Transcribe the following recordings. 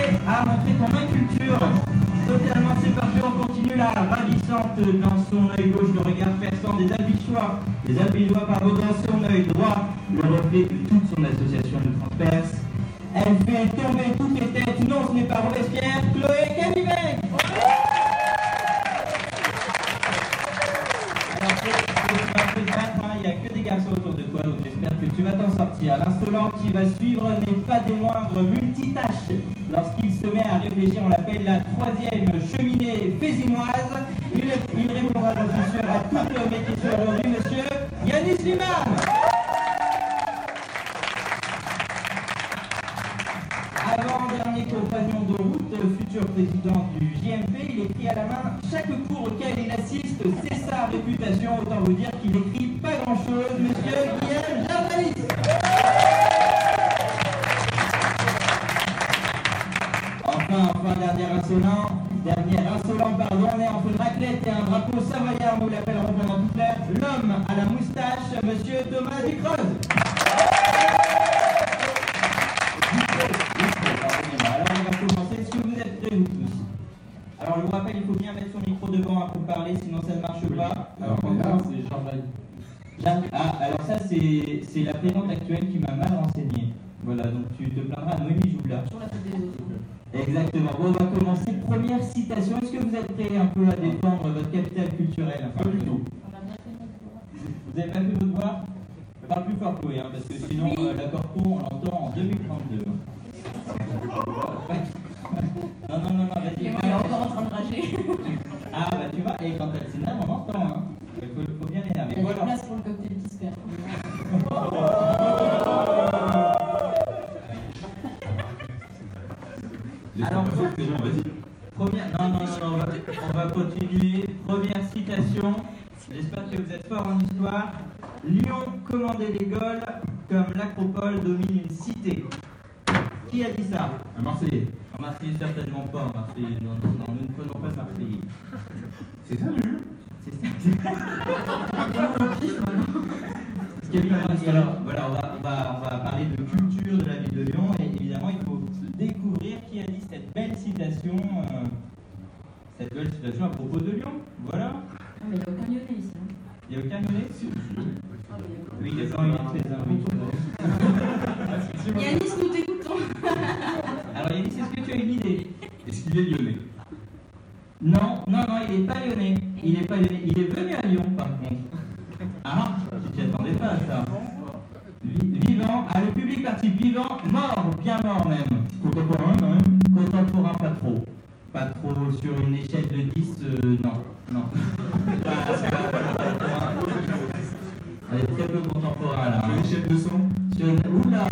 c'est en main culture, totalement séparé, on continue la ravissante dans son œil gauche, le regard perçant des albigeois, des albigeois par dans son œil droit, le reflet de toute son association de transperce. Elle fait tomber toutes les têtes, non ce n'est pas Robespierre, Chloé Canivet Alors, c'est- c'est pas fait de battre, hein, Il n'y a que des garçons autour de toi, donc j'espère que tu vas t'en sortir. L'insolent qui va suivre n'est pas des moindres multitâches. Lorsqu'il se met à réfléchir, on l'appelle la troisième cheminée faisinoise. Il, il répondra, je suis sûr, à toutes mes questions aujourd'hui, monsieur Yannis Liman. Avant-dernier compagnon de route, futur président du JMP, il écrit à la main chaque cours auquel il assiste, c'est sa réputation. Autant vous dire qu'il n'écrit pas grand-chose, monsieur Guillaume Jarvalis. Enfin, enfin, dernier insolent, dernier insolent, pardon, on est entre une raclette et un drapeau savoyard, nous l'appellerons pendant toute l'heure, l'homme à la moustache, monsieur Thomas Ducroze. Alors on va commencer. Est-ce que vous êtes prêts, vous tous Alors je vous rappelle, il faut bien mettre son micro devant hein, pour parler, sinon ça ne marche pas. Alors on commence. c'est Jordan. Jean- Ah, alors ça, c'est c'est la présente actuelle qui m'a mal renseigné. Voilà, donc tu te plaindras à Noémie Joubla. Sur la tête des autres. Exactement. Bon, on va commencer. Première citation. Est-ce que vous êtes prêts un peu à défendre votre capital culturel Pas du tout. On a bien fait notre devoir. Vous avez pas fait votre devoir Parle plus fort, Chloé, hein, parce que sinon, euh, la corpo, on l'entend en 2032. hein. non, non, non, non, Et vas-y. moi, elle est encore en train de rager. Ah, bah tu vois, et quand elle s'énerve, on l'entend. Hein. Il faut, faut bien l'énerver. Il y a des Voilà. places pour le cocktail disper. Alors, première... non, non, non, on va, on va continuer. Première citation. J'espère que vous êtes fort en histoire. Lyon commandait les Gaules comme l'acropole domine une cité. Qui a dit ça Un Marseillais. Un Marseillais, certainement pas un Marseillais. Non, non, non, nous ne prenons pas de Marseillais. C'est ça le jeu C'est ça. Parce qu'il y a eu un- parce que alors, voilà, on va, on va- on va parler de culture de la ville de Lyon et évidemment il faut découvrir qui a dit cette belle citation, euh, cette belle citation à propos de Lyon. Voilà, Non, Ah, mais il n'y a aucun lyonnais ici. hein. il n'y a aucun lyonnais Ah, mais il y Oui, il y a aucun- a quand même une thèse, hein, oui. Yanis, nous t'écoutons. Alors Yannis, est-ce que tu as une idée Est-ce qu'il est lyonnais Non, non, non, il n'est pas lyonnais. Il n'est pas lyonnais. Il est venu à Lyon par contre. Ah, je t'y attendais pas à ça. Vi- Vivant, ah, le public participe vivant, mort, bien mort même. Contemporain quand même Contemporain, pas trop. Pas trop sur une échelle de 10, euh, non. Non. Pas- pas- pas contemporain. Elle est très peu hein. contemporain là. Un chef de son Sur une- Oula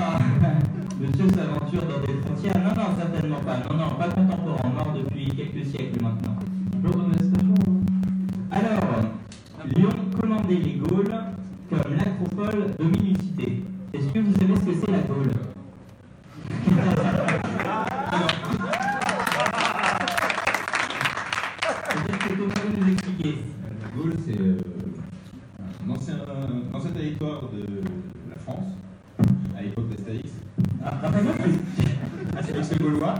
Monsieur s'aventure dans des frontières. Non, non, certainement pas. Non, non, pas contemporain, mort depuis quelques siècles maintenant. Alors, Lyon commandait les Gaules comme l'acropole domine une cité. Est-ce que vous savez ce que c'est la Gaule Peut-être que Thomas peut nous expliquer. La Gaule, c'est euh, un ancien, un ancien territoire de la France, à l'époque Ah, d'Astérix. ah, Astérix le Gaulois.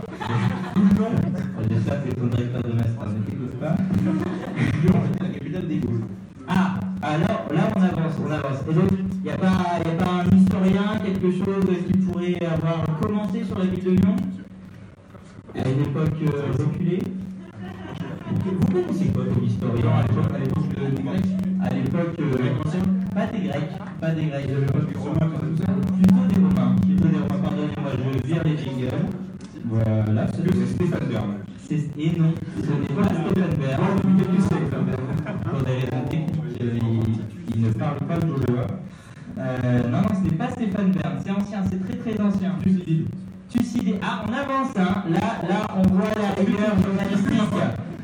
J'espère que faudrait pas de hein, master, ne t'écoute pas. Lyon était la capitale des Gaules. Ah, alors là on avance, on avance. Et donc, il n'y a, pas- y a pas un historien, quelque chose qui pourrait avoir commencé sur la ville de Lyon À une époque euh, reculée Vous connaissez quoi comme historien à l'époque à l'époque de- des Grecs À l'époque. euh, Pas des Grecs, pas des Grecs, euh, de l'époque des Romains, tout ça Plutôt des Romains, plutôt des Romains, pardonnez-moi, je vire les jingles. Voilà, Est-ce que c'est Stéphane Bern c'est- Et non, ce n'est pas Stéphane Bern. Pour des raisons techniques, euh, il, il ne parle pas le gaulois. Euh, non, non, ce n'est pas Stéphane Bern, c'est ancien, c'est très très ancien. Thucydide. Thucydide. Ah, on avance, hein. Là, là, on voit la rigueur journalistique.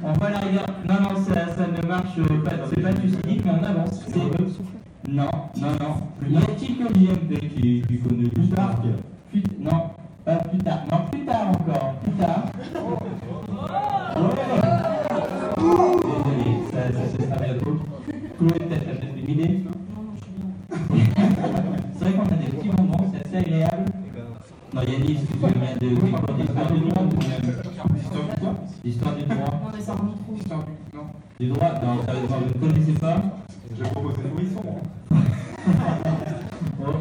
On voit la rigueur. Non, non, ça, ça ne marche pas. C'est pas Thucydide, mais on avance. C'est- Non, non, non. Y a-t-il que l'IMP qui, qui connaît Plutarque Plut- Non, pas plus tard. Non, plus tard encore. Plus tard. Ouais. Désolé, ça, ça se sera bientôt. Chloé, peut-être la peut-être une idée Non, non, je suis bien. C'est vrai qu'on a des petits bonbons, c'est assez agréable. Non, Yannis, tu viens de découvrir des histoires du monde. quand même. Non, mais c'est un micro. Histoire du. Non, Des droits, non, ça, vous ne connaissez pas. je propose des nourrissons. hein. Bon,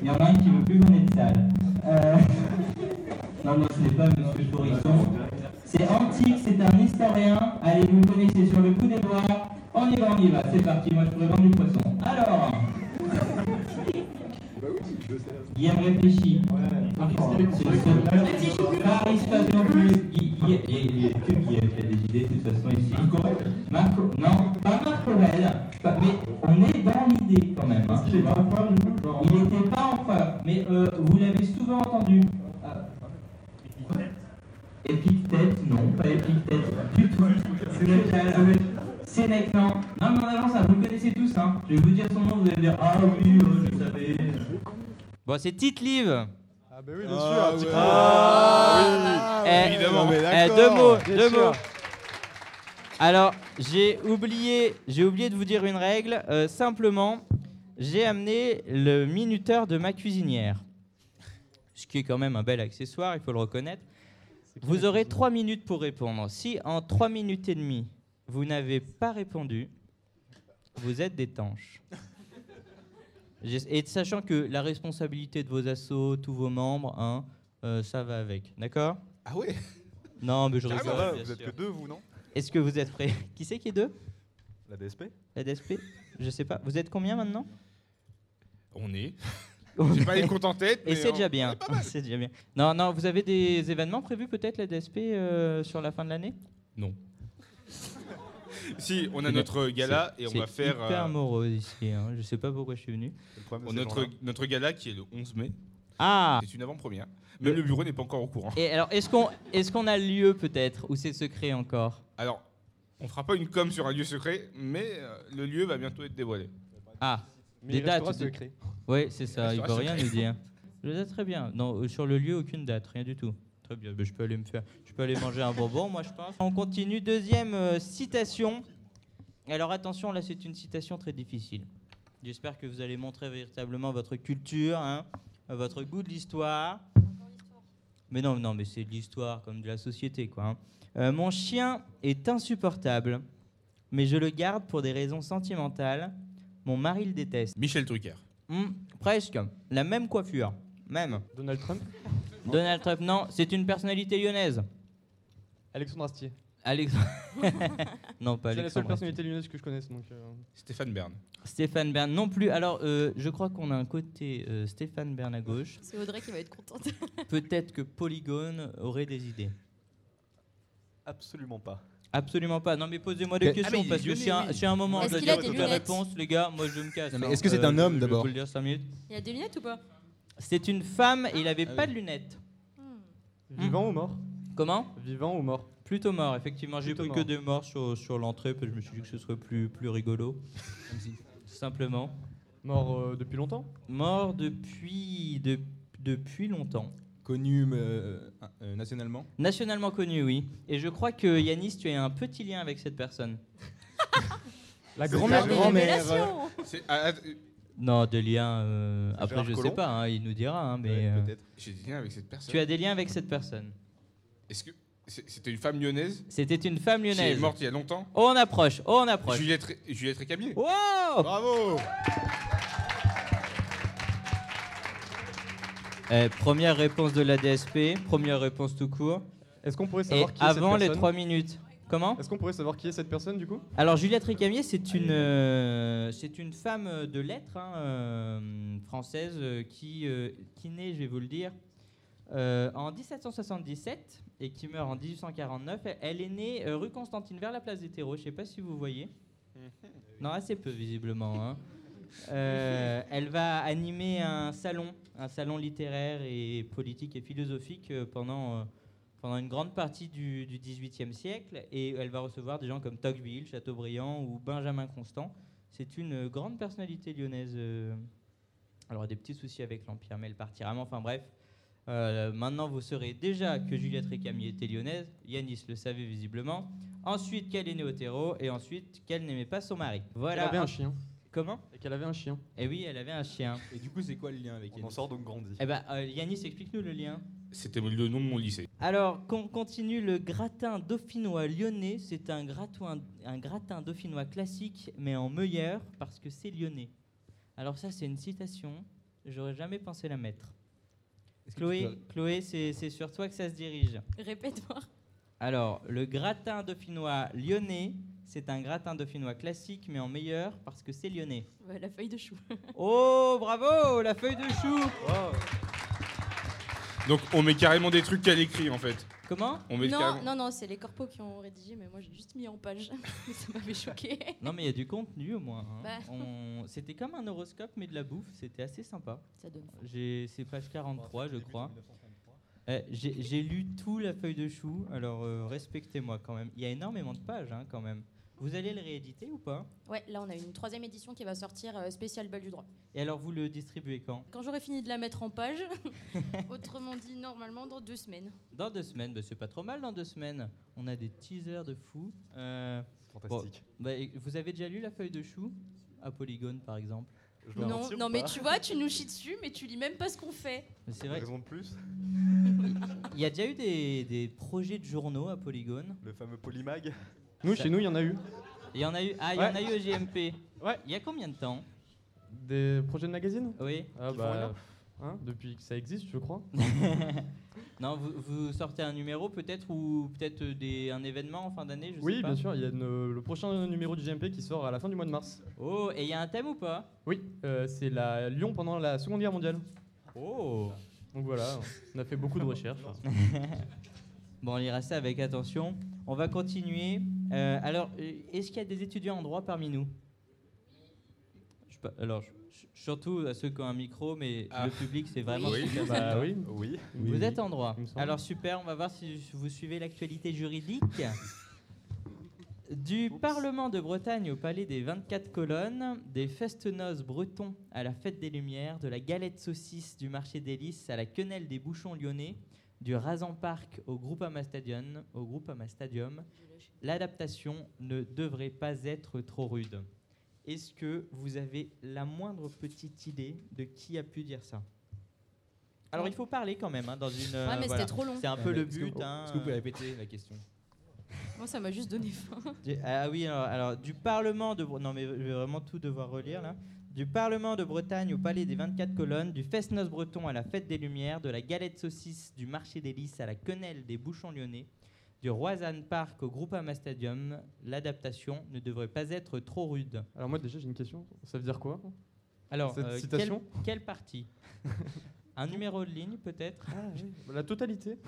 il y en a un qui veut plus qu'on ait de salle. Euh, Non, moi ce n'est pas Monsieur Tourisson. C'est antique, c'est un historien. Allez, vous connaissez sur le coup des doigts. On y va, on y va. C'est parti, moi je pourrais vendre du poisson. Alors, Bah oui, je sais. Guillaume réfléchit. C'est le seul. Petit chou plus grand. Paris Fabian Guy- Guy- et- et- que Guillaume qui a des idées de toute façon ici. Marco, non, pas Marc Aurèle, pas- mais on est dans l'idée quand même. hein, tu vois. Il n'était pas en faveur, mais euh, vous l'avez souvent entendu. Ah. Épictète, non, pas Épictète, du tout. Sénécal, Sénèque, non. Non, mais en avant ça, vous le connaissez tous, hein. Je vais vous dire son nom, vous allez dire Ah oui, euh, je savais. Bon, c'est Tite Live. Ah bah oui, bien sûr. Ah un petit ouais. peu. Ah oui. Eh, Évidemment. eh, d'accord, deux mots, bien deux sûr. mots. Alors, j'ai oublié, j'ai oublié de vous dire une règle. euh, simplement, j'ai amené le minuteur de ma cuisinière. Ce qui est quand même un bel accessoire, il faut le reconnaître. Vous aurez 3 minutes pour répondre. Si en 3 minutes et demie, vous n'avez pas répondu, vous êtes des tanches. J'ai- Et sachant que la responsabilité de vos assos, tous vos membres, hein, euh, ça va avec. D'accord Ah ouais Non, mais je Ah rigole. bah, bien vous êtes sûr. que deux, vous, non Est-ce que vous êtes prêts Qui c'est qui est deux La DSP La DSP Je sais pas. Vous êtes combien maintenant On est. J'ai pas les comptes en tête. Et mais hein. c'est on- déjà bien. C'est déjà bien. Non, non, vous avez des événements prévus peut-être, la DSP, euh, sur la fin de l'année Si, on a C'est- notre gala et on C'est va faire. euh, hyper morose ici. hein. Je sais pas pourquoi je suis venu. Le problème, on a c'est notre, notre gala qui est le 11 mai. Ah C'est une avant-première. Même le bureau n'est pas encore au courant. Et alors, est-ce qu'on est qu'on a lieu peut-être Ou c'est secret encore Alors, on fera pas une com sur un lieu secret, mais euh, le lieu va bientôt être dévoilé. Ah Mais des il restera dates, de- secret. Oui, Ah, c'est ça. Il Il restera peut rien secret. nous dire. Je sais très bien. Non, euh, sur le lieu, aucune date, rien du tout. Très bien. mais je peux aller me faire. Je peux aller manger un bonbon, moi je pense. On continue. Deuxième euh, citation. Alors attention, là c'est une citation très difficile. J'espère que vous allez montrer véritablement votre culture, hein, votre goût de l'histoire. Mais non, non, mais c'est de l'histoire comme de la société, quoi. hein. Euh, mon chien est insupportable, mais je le garde pour des raisons sentimentales. Mon mari le déteste. Michel Drucker. Hmm, presque. La même coiffure. Même. Donald Trump Donald Trump, non, c'est une personnalité lyonnaise. Alexandre Astier. Alex... non, pas C'est la seule Alexandre. personnalité lyonnaise que je connaisse. Donc, euh, Stéphane Bern. Stéphane Bern non plus. Alors, euh, je crois qu'on a un côté euh, Stéphane Bern à gauche. C'est Audrey qui va être contente. Peut-être que Polygone aurait des idées. Absolument pas. Absolument pas. Non, mais posez-moi des Ah, questions mais parce que lyonnais, si à, oui. si à un moment Est-ce je dois qu'il a dire des toutes les lunettes réponses, les gars, moi je me casse. Non, mais hein. est-ce que c'est un je- homme, je peux d'abord vous le dire cinq minutes. Il y a des lunettes ou pas C'est une femme et il avait Ah pas oui. de lunettes. Vivant ou mort Comment Vivant ou mort Plutôt mort, effectivement. J'ai Plutôt pris que des mort. morts sur, sur l'entrée parce que je me suis dit que ce serait plus, plus rigolo. Tout simplement. Mort euh, depuis longtemps Mort depuis, de- depuis longtemps. Connu euh, euh, nationalement Nationalement connu, oui. Et je crois que Yanis, tu as un petit lien avec cette personne. La C'est grand-mère ça. de- Grand-mère. révélations C'est- ah, ah, euh, Non, des liens. euh, C'est après, Gérard je Collomb sais pas, hein, il nous dira. hein, mais Ouais, euh, peut-être. J'ai des liens avec cette personne. tu as des liens avec cette personne. Est-ce que c'est- c'était une femme lyonnaise C'était une femme qui est lyonnaise. morte il y a longtemps Oh, on approche, oh, on approche. Juliette, Ré- Juliette Récamier. Wow Bravo Eh, Première réponse de la DSP, première réponse tout court. Est-ce qu'on pourrait Et savoir qui est cette avant les personne 3 minutes. Comment Est-ce qu'on pourrait savoir qui est cette personne du coup Alors Juliette Récamier, c'est une, euh, c'est une femme euh, de lettres hein, euh, française euh, qui, euh, qui naît, je vais vous le dire, euh, en 1777 et qui meurt en 1849. Elle- Elle est née euh, rue Constantine vers la place des Terreaux. Je ne sais pas si vous voyez. Non, assez peu visiblement. hein. Euh, elle va animer un salon, un salon littéraire et politique et philosophique euh, pendant euh, pendant une grande partie du, du XVIIIe siècle et elle va recevoir des gens comme Tocqueville, Chateaubriand ou Benjamin Constant. C'est une euh, grande personnalité lyonnaise. euh. Alors des petits soucis avec l'Empire, mais elle partira. Mais enfin bref, euh, maintenant vous saurez déjà que Juliette Récamier était lyonnaise. Yanis le savait visiblement. Ensuite qu'elle est née au terreau et ensuite qu'elle n'aimait pas son mari. Elle Voilà. avait un chien. Comment Et qu'elle avait un chien. Eh oui, elle avait un chien. Et du coup, c'est quoi le lien avec On en sort donc grandi. Eh ben euh, Yanis, explique-nous le lien. C'était le nom de mon lycée. Alors, qu'on continue le gratin dauphinois lyonnais. C'est un, gratoin- un gratin dauphinois classique, mais en meilleur, parce que c'est lyonnais. Alors ça, c'est une citation. J'aurais jamais pensé la mettre. Est-ce que tu Chloé, peux- Chloé c'est c'est sur toi que ça se dirige. Répète voir. Alors, le gratin dauphinois lyonnais, c'est un gratin dauphinois classique, mais en meilleur, parce que c'est lyonnais. Bah, la feuille de chou. Oh, bravo, la feuille de chou Donc on met carrément des trucs qu'elle écrit en fait. Comment On met Non, carrément- non, non, c'est les corpos qui ont rédigé, mais moi j'ai juste mis en page. Mais ça m'avait choqué. Non, mais il y a du contenu au moins. hein. Bah. On- C'était comme un horoscope, mais de la bouffe. C'était assez sympa. Ça donne. J'ai- C'est page 43, je crois. Euh, J'ai j'ai lu tout la feuille de chou, alors euh, respectez-moi quand même. Il y a énormément de pages hein, quand même. Vous allez le rééditer ou pas Ouais, là on a une troisième édition qui va sortir euh, spécial bol du droit. Et alors vous le distribuez quand Quand j'aurai fini de la mettre en page, autrement dit normalement dans deux semaines. Dans deux semaines. Bah, C'est pas trop mal dans deux semaines. On a des teasers de fou. Euh, Fantastique. bah, et vous avez déjà lu la feuille de chou à Polygone par exemple Je dois Non, mentir ou non mais pas tu vois, tu nous chies dessus, mais tu lis même pas ce qu'on fait. Mais C'est vrai. Raison de plus, Il y a déjà eu des, des projets de journaux à Polygone. le fameux polymag. Nous, chez nous, il y en a eu. Il y en a eu. Ah, il y en a eu au GMP. Ouais. Il y a combien de temps Des projets de magazine Oui. Ah Ils font là bah. Hein, depuis que ça existe, je crois. Non, vous, vous sortez un numéro peut-être ou peut-être des- un événement en fin d'année, je Oui, sais pas. bien sûr, il y a une- le prochain numéro du GMP qui sort à la fin du mois de mars. Oh, et il y a un thème ou pas Oui, euh, c'est la Lyon pendant la Seconde Guerre mondiale. Oh Donc voilà, on a fait beaucoup de recherches. Bon, on lira ça avec attention. On va continuer. Euh, alors, euh, est-ce qu'il y a des étudiants en droit parmi nous Je sais pas, Alors, je- je- surtout à ceux qui ont un micro, mais Ah. le public, c'est vraiment... Oui. super Bah sympa. oui. Oui. Vous êtes en droit. il me semble. Alors super, on va voir si vous suivez l'actualité juridique. Du Parlement de Bretagne au Palais des 24 colonnes, des festenoz bretons à la Fête des Lumières, de la galette saucisse du marché des Lys à la quenelle des bouchons lyonnais, du Razan Park au Groupama Stadium, au Groupama Stadium, l'adaptation ne devrait pas être trop rude. Est-ce que vous avez la moindre petite idée de qui a pu dire ça Alors il faut parler quand même hein, dans une. euh, Ouais, mais voilà. c'était trop long. C'est un peu le Est-ce que- but. hein, Est-ce que vous pouvez euh, répéter la question Moi ça m'a juste donné faim. du- Ah oui, alors, alors, du Parlement de Bre- non mais je vais vraiment tout devoir relire là. Du Parlement de Bretagne au Palais des 24 colonnes, du Fesnos breton à la Fête des Lumières, de la galette saucisse du marché des Lys à la quenelle des bouchons lyonnais, du Roisanne Park au Groupama Stadium, l'adaptation ne devrait pas être trop rude. Alors moi déjà j'ai une question. Ça veut dire quoi Alors, Cette euh, citation quelle, quelle partie Un numéro de ligne peut-être La totalité.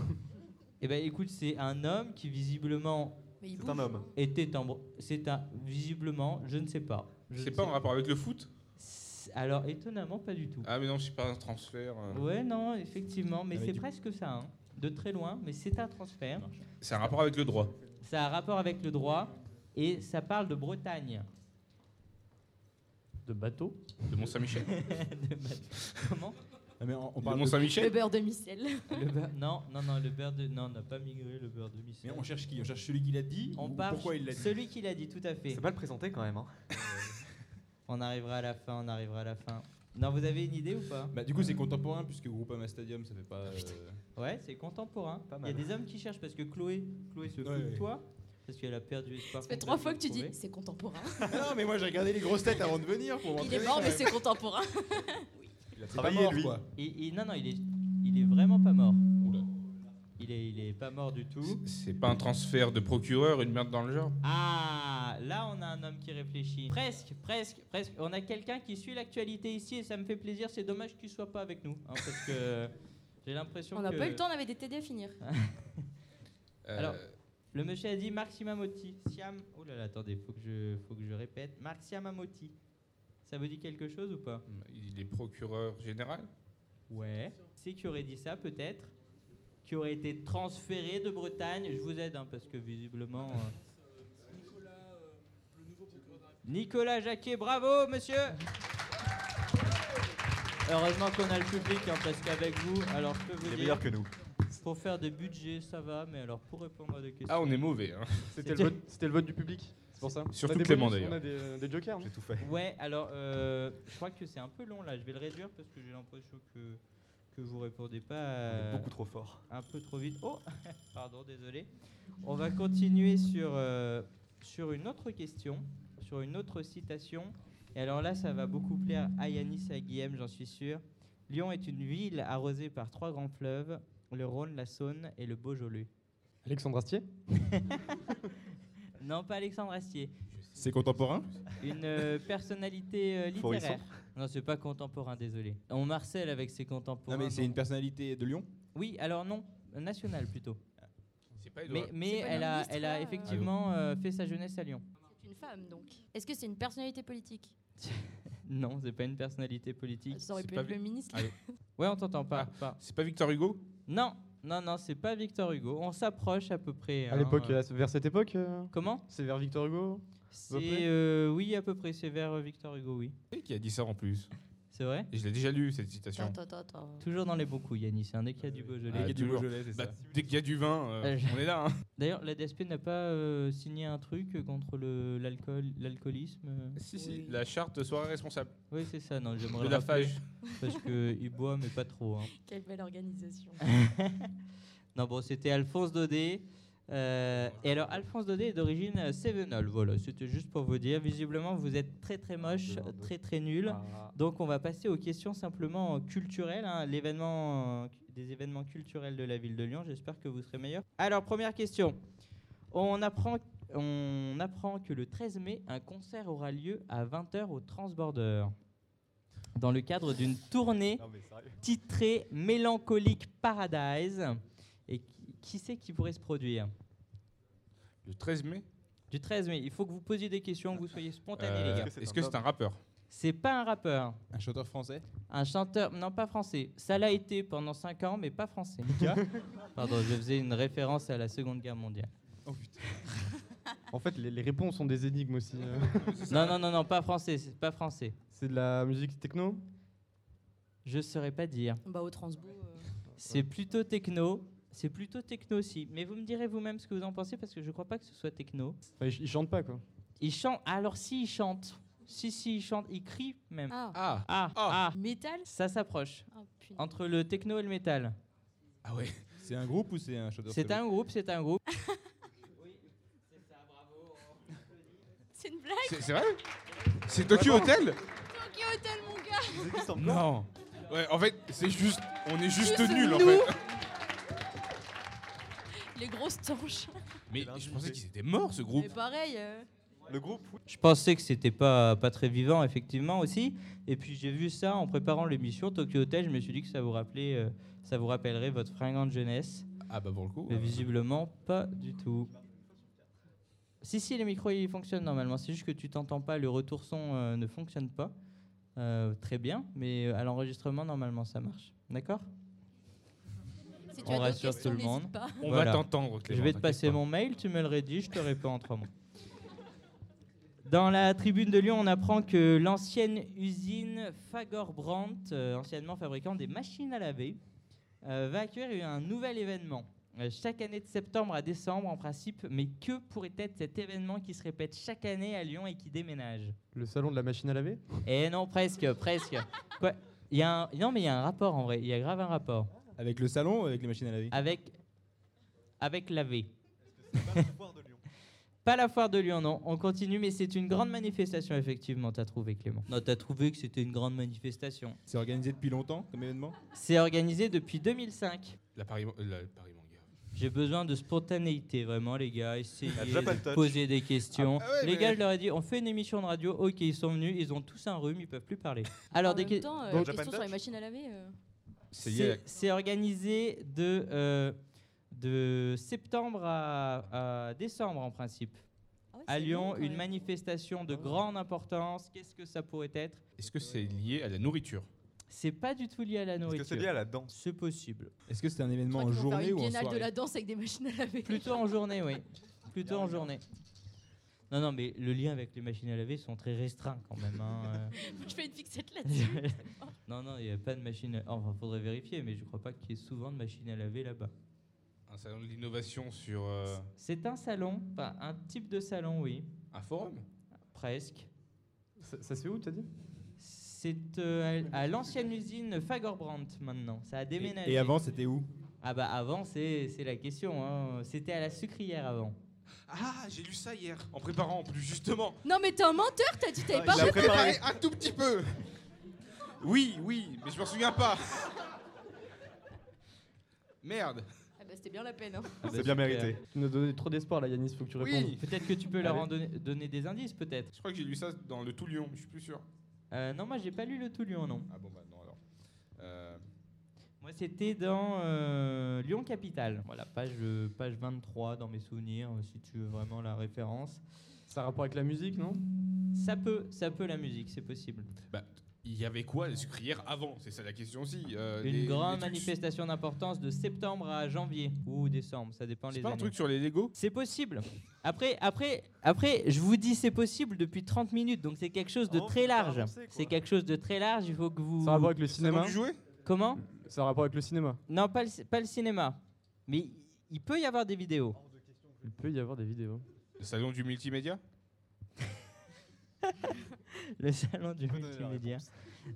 Eh ben écoute, c'est un homme qui visiblement Mais il C'est un bouge. homme. était en Bre- c'est un visiblement, je ne sais pas. Je C'est ne pas sais- en rapport avec le foot C'est- Alors étonnamment pas du tout. Ah mais non, c'est pas un transfert. euh. Ouais non, effectivement, mais Ah, mais c'est du- presque ça. hein. De très loin, mais c'est un transfert. C'est un rapport avec le droit. Ça a un rapport avec le droit et ça parle de Bretagne. De bateau. De Mont-Saint-Michel De Mat- Comment Ah, mais on, on De parle de... Le Mont-Saint-Michel beurre de micelle. Le beurre- Non, non, non, le beurre de... Non, on n'a pas migré le beurre de Mais Micelle. on cherche qui On cherche celui qui l'a dit On ou part Pourquoi il l'a dit celui qui l'a dit, tout à fait. pas le présenter quand même. On arrivera à la fin, on arrivera à la fin. Non, vous avez une idée ou pas Bah, du coup, c'est contemporain puisque Groupama Stadium, ça fait pas. euh, Ouais, c'est contemporain. Pas Il y a mal. des hommes qui cherchent parce que Chloé, Chloé se fout Ouais, de ouais. toi parce qu'elle a perdu espoir. Ça fait trois fois que tu dis complètement de c'est contemporain. Ah non, mais moi j'ai regardé les grosses têtes avant de venir pour Il est m'entraîner, mort, quand mais même. c'est contemporain. Il a travaillé, lui. Quoi. trouver. Et- et- non, non, il est, il est vraiment pas mort. Oula. Il est, il est pas mort du tout. C'est pas un transfert de procureur, une merde dans le genre Ah, là on a un homme qui réfléchit. Presque, presque, presque. On a quelqu'un qui suit l'actualité ici et ça me fait plaisir. C'est dommage qu'il soit pas avec nous hein, parce que j'ai l'impression On n'a que- pas eu le temps, on avait des TD à finir. Euh, Alors- Le monsieur a dit Marc Simamotti. Siam. Oh là là, attendez, faut que je, faut que je répète. Marc Siamamotti. Ça vous dit quelque chose ou pas Il est procureur général Ouais. C'est qui aurait dit ça peut-être Qui aurait été transféré de Bretagne Je vous aide hein, parce que visiblement. euh, Nicolas Jacquet, bravo monsieur Heureusement qu'on a le public hein, parce qu'avec vous, alors je peux vous Il est dire, meilleur que nous. pour faire des budgets ça va, mais alors pour répondre à des questions. Ah, on est mauvais. hein. C'était le vote, c'était le vote du public. C'est pour ça. Surtout On a des Clément, bonus, d'ailleurs. On a des, euh, des jokers. non J'ai tout fait. Ouais, alors euh, je crois que c'est un peu long là, je vais le réduire parce que j'ai l'impression que, que vous répondez pas On est euh, Beaucoup trop fort. un peu trop vite. Oh, pardon, désolé. On va continuer sur, euh, sur une autre question, sur une autre citation. Et alors là, ça va beaucoup plaire à Yanis et à Guillaume, j'en suis sûr. Lyon est une ville arrosée par trois grands fleuves, le Rhône, la Saône et le Beaujolais. Alexandre Astier Non, pas Alexandre Astier. C'est contemporain Une euh, personnalité euh, Faurisson. littéraire. Non, c'est pas contemporain, désolé. On marcelle avec ses contemporains. Non, mais c'est une personnalité de Lyon Oui, alors non, nationale plutôt. C'est pas Mais, Edouard. mais C'est pas elle, une a, ministre, elle a là, euh. effectivement euh, fait sa jeunesse à Lyon. C'est une femme donc. Est-ce que c'est une personnalité politique Non, c'est pas une personnalité politique. Ça aurait c'est pu pas être le ministre. Ah, Ouais, on t'entend pas, Ah. pas. C'est pas Victor Hugo Non, non, non, c'est pas Victor Hugo. On s'approche à peu près. À hein, l'époque, euh. euh, vers cette époque euh, Comment C'est vers Victor Hugo près C'est euh, oui, à peu près. C'est vers euh, Victor Hugo, oui. Et qui a dit ça en plus C'est vrai. Et je l'ai déjà lu cette citation. Attends, attends, attends. Toujours dans les bons coups, Yannis. C'est un dès qu'il y a du Ah, Beaujolais. dès qu'il y a du Beaujolais, c'est Bah, ça. dès qu'il y a du vin, euh, Euh, je- on est là. Hein. D'ailleurs, la DSP n'a pas euh, signé un truc euh, contre le- l'alcool, l'alcoolisme. euh. Si, si, Oui. la charte soirée responsable Oui, c'est ça. Non, j'aimerais de le la rappeler, FAGE. parce que il boit, mais pas trop. hein. Quelle belle organisation. Non, bon, c'était Alphonse Daudet. Euh, et alors, Alphonse Daudet est d'origine euh, Cévenole. Voilà, c'était juste pour vous dire. Visiblement, vous êtes très très moche, Dehors de- très très nul. Ah. Donc, on va passer aux questions simplement euh, culturelles, hein, l'événement, euh, cu- des événements culturels de la ville de Lyon. J'espère que vous serez meilleurs. Alors, première question. On apprend, on apprend que le 13 mai, un concert aura lieu à 20h au Transborder. Dans le cadre d'une tournée Non, mais sérieux. titré Mélancolique Paradise. Et qui, qui c'est qui pourrait se produire Le 13 mai. Du 13 mai. Il faut que vous posiez des questions, que vous soyez spontanés, Euh, les gars. Est-ce que c'est Est-ce un que c'est un rappeur C'est pas un rappeur, Un chanteur français un chanteur, non pas français. Ça l'a été pendant 5 ans, mais pas français. Pardon, je faisais une référence à la Seconde Guerre mondiale. Oh putain. En fait, les, les réponses sont des énigmes aussi. euh. Non, non, non, non, pas français, c'est pas français. C'est de la musique techno Je saurais pas dire. Bah au Transbo. euh, C'est plutôt techno. C'est plutôt techno aussi. Mais vous me direz vous-même ce que vous en pensez parce que je crois pas que ce soit techno. Enfin, ils, ils chantent pas quoi. Il chante. Alors si il chante, si si il chante, il crie même. Ah. Ah Ah ah, Métal ça s'approche. Ah, punaise. Entre le techno et le métal. Ah ouais C'est un groupe ou c'est un chanteur C'est un groupe, c'est un groupe. Ah. C'est une blague C'est c'est vrai C'est Tokyo Hotel Tokyo Hotel, mon gars Vous existez en- Non Ouais, en fait, c'est juste. On est juste Juste nuls en nous. fait. Les grosses tanches. Mais je pensais qu'ils étaient morts ce groupe. Mais pareil. euh, Le groupe, oui. Je pensais que c'était pas pas très vivant effectivement aussi. Et puis j'ai vu ça en préparant l'émission Tokyo Hotel. Je me suis dit que ça vous rappelait, euh, ça vous rappellerait votre fringante jeunesse. Ah bah pour le coup. Mais visiblement pas du tout. Si si, les micros ils fonctionnent normalement. C'est juste que tu t'entends pas. Le retour son euh, ne fonctionne pas. Euh, très bien, mais euh, à l'enregistrement normalement ça marche. D'accord. Si On as d'autres rassure questions, tout le monde. n'hésite pas. On Voilà. va t'entendre, Clément. Je vais te t'inquiète passer pas. mon mail, tu me le rédiges, je te réponds en trois mots. Dans la tribune de Lyon, on apprend que l'ancienne usine Fagor-Brandt, euh, anciennement fabricant des machines à laver, euh, va accueillir un nouvel événement. Euh, chaque année de septembre à décembre, en principe, mais que pourrait être cet événement qui se répète chaque année à Lyon et qui déménage Le salon de la machine à laver Eh non, presque, presque. Quoi Il y a un- Non, mais il y a un rapport en vrai, il y a grave un rapport. Avec le salon ou avec les machines à laver Avec, avec laver. C'est pas la foire de Lyon. Pas la foire de Lyon, non. On continue, mais c'est une grande manifestation, effectivement. T'as trouvé, Clément. Non, t'as trouvé que c'était une grande manifestation. C'est organisé depuis longtemps comme événement C'est organisé depuis 2005. La Paris, euh, la Paris Manga. J'ai besoin de spontanéité, vraiment, les gars. Essayez Ah, déjà pas le de touch. poser des questions. Ah, ouais, les mais- gars, je leur ai dit, on fait une émission de radio. Ok, ils sont venus, ils ont tous un rhume, ils peuvent plus parler. Alors, en des même que- temps, euh, Donc- question Japan sur les Touch machines à laver. euh, C'est lié à c'est c'est organisé de, euh, de septembre à- à décembre, en principe. ah ouais, À c'est long, Lyon, quand une même. manifestation de grande importance. Qu'est-ce que ça pourrait être la- Est-ce que c'est lié à la nourriture C'est pas du tout lié à la Est-ce que nourriture. c'est lié à la danse C'est possible. Est-ce que c'est un Je événement crois en qu'ils vont faire journée une ou en biennale de la soirée danse avec des machines à laver. Plutôt en journée, oui. Plutôt en journée. Non, non, mais le lien avec les machines à laver sont très restreints quand même. hein, Je fais une fixette euh. là-dessus. non, non, il n'y a pas de machine. À... Enfin, faudrait vérifier, mais je crois pas qu'il y ait souvent de machines à laver là-bas. Un salon de l'innovation sur euh, C'est un salon, enfin, un type de salon, oui, un forum presque. Ça, ça se fait où t'as dit C'est- C'est euh, à, à l'ancienne usine Fagerbrandt maintenant. Ça a déménagé. Et avant, c'était où Ah bah avant, c'est c'est la question. hein. C'était à la sucrière avant. Ah, j'ai lu ça hier, en préparant en plus, justement. Non, mais t'es un menteur, t'as dit t'avais pas J'ai répondu. préparé un tout petit peu. Oui, oui, mais je m'en souviens pas. Merde. Ah bah, c'était bien la peine. hein. Ah bah, C'est bien super. mérité. Tu nous donnais trop d'espoir là, Yanis, faut que tu répondes. Oui, Peut-être que tu Ah peux leur Allez. en donner, donner des indices, peut-être. je crois que j'ai lu ça dans le Tout Lyon, je suis plus sûr. Euh, non, moi j'ai pas lu le tout Lyon, non. Ah bon, bah non alors. Euh, Moi c'était dans euh, Lyon Capitale. Voilà, page, euh, page 23 dans mes souvenirs, euh, si tu veux vraiment la référence. Ça a rapport avec la musique, non Ça peut, ça peut la musique, c'est possible. bah, il y avait quoi les sucrières avant C'est ça la question aussi. euh, Une les- grande les trucs- manifestation d'importance de septembre à janvier ou décembre, ça dépend les C'est pas un années. truc sur les Lego C'est possible. Après, après, après, je vous dis c'est possible depuis 30 minutes, donc c'est quelque chose de Oh, faut très pas large. avancer, quoi. C'est quelque chose de très large, il faut que vous... Ça a rapport avec le cinéma Tu jouais Comment Ça a rapport avec le cinéma. Non, pas le, ci- pas le cinéma. Mais il- il peut y avoir des vidéos. Il peut y avoir des vidéos. Le salon du multimédia Le salon du peux donner la multimédia.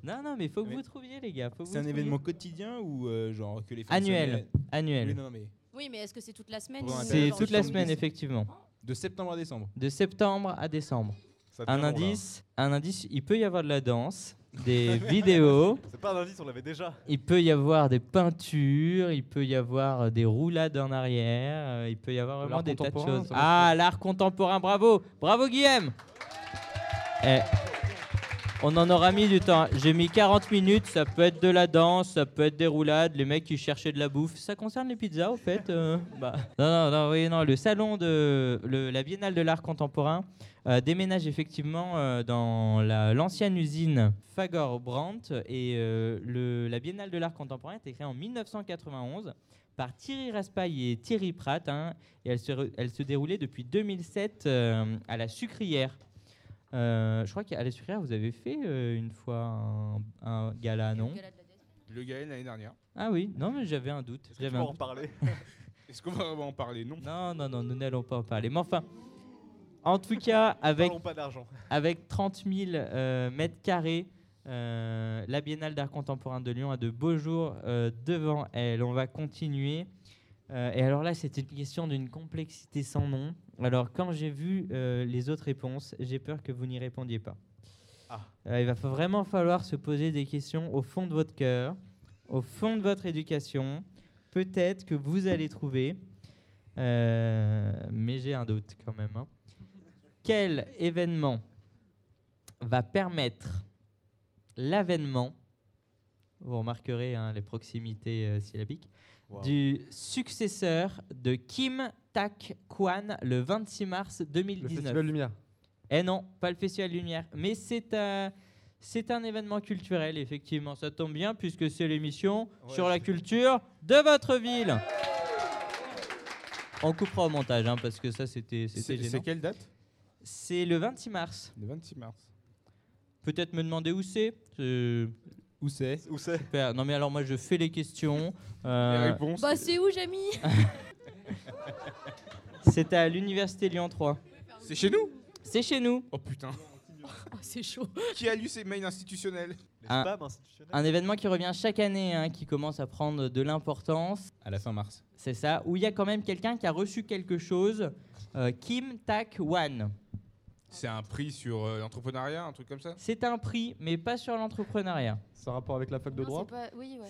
Non, non, mais faut que Mais- vous trouviez, les gars. faut que C'est un vous événement trouviez. quotidien ou euh, genre que les Annuel. fonctionnaires- Oui, annuel. non, non, mais Oui, mais est-ce que c'est toute la semaine euh, Pendant ou- la C'est période toute la ensemble, semaine, c'est- effectivement. de septembre à décembre. De septembre à décembre. Ça devient Un long, là. indice, un indice, il peut y avoir de la danse, des vidéos, C'est pas un indice, on l'avait déjà. il peut y avoir des peintures, il peut y avoir euh, des roulades en arrière, euh, il peut y avoir L'art vraiment des tas de contemporain, choses. ça va, Ah, l'art contemporain, bravo Bravo Guillaume Eh, On en aura mis du temps. J'ai mis 40 minutes, ça peut être de la danse, ça peut être des roulades, les mecs qui cherchaient de la bouffe. Ça concerne les pizzas, au fait euh, bah. Non, non, non, oui, non, le salon de le- la Biennale de l'art contemporain euh, déménage effectivement euh, dans la- l'ancienne usine Fagor-Brandt et euh, le- la Biennale de l'art contemporain a été créée en 1991 par Thierry Raspail et Thierry Pratt hein, et elle se, re- elle se déroulait depuis 2007 euh, à la Sucrière. Euh, je crois qu'à la Sucrière vous avez fait euh, une fois un, un gala, non Gala de la Déesse. hein. Le gala l'année dernière. Ah oui, non mais j'avais un doute. Est-ce que tu J'avais peux un en doute. parler Est-ce qu'on va en parler Non. Non, non, non, nous n'allons pas en parler. Mais enfin, en tout cas, avec Parlons pas d'argent. avec 30 000 euh, mètres carrés, euh, la Biennale d'art contemporain de Lyon a de beaux jours euh, devant elle. On va continuer. Euh, et alors là, c'était une question d'une complexité sans nom. Alors, quand j'ai vu euh, les autres réponses, j'ai peur que vous n'y répondiez pas. Ah. Euh, il va fa- vraiment falloir se poser des questions au fond de votre cœur, au fond de votre éducation. Peut-être que vous allez trouver, Euh, mais j'ai un doute quand même. hein. Quel événement va permettre l'avènement, vous remarquerez hein, les proximités euh, syllabiques, Wow. du successeur de Kim Tak Kwan le 26 mars Le 2019. festival Lumière. Eh non, pas le Festival Lumière, mais c'est un, c'est un événement culturel, effectivement. Ça tombe bien puisque c'est l'émission Ouais, sur la culture de votre ville. On coupera au montage hein, parce que ça, c'était, c'était C'est c'est gênant. quelle date C'est le 26 mars. Le 26 mars. Peut-être me demander où c'est. euh, Où c'est Où c'est Super. Non mais alors moi je fais les questions. Les Euh, réponses Bah, c'est où, Jamy c'est à l'université Lyon 3. C'est chez nous C'est chez nous. Oh putain. Oh, C'est chaud. Qui a lu ces mails institutionnels Les Un- spams institutionnels Un événement qui revient chaque année, hein, qui commence à prendre de l'importance. À la fin mars. C'est ça. Où il y a quand même quelqu'un qui a reçu quelque chose. Euh, Kim Tak Wan. C'est un prix sur euh, l'entrepreneuriat, un truc comme ça C'est un prix, mais pas sur l'entrepreneuriat. Ça a rapport avec la fac de Non, droit. c'est pas- Oui, ouais.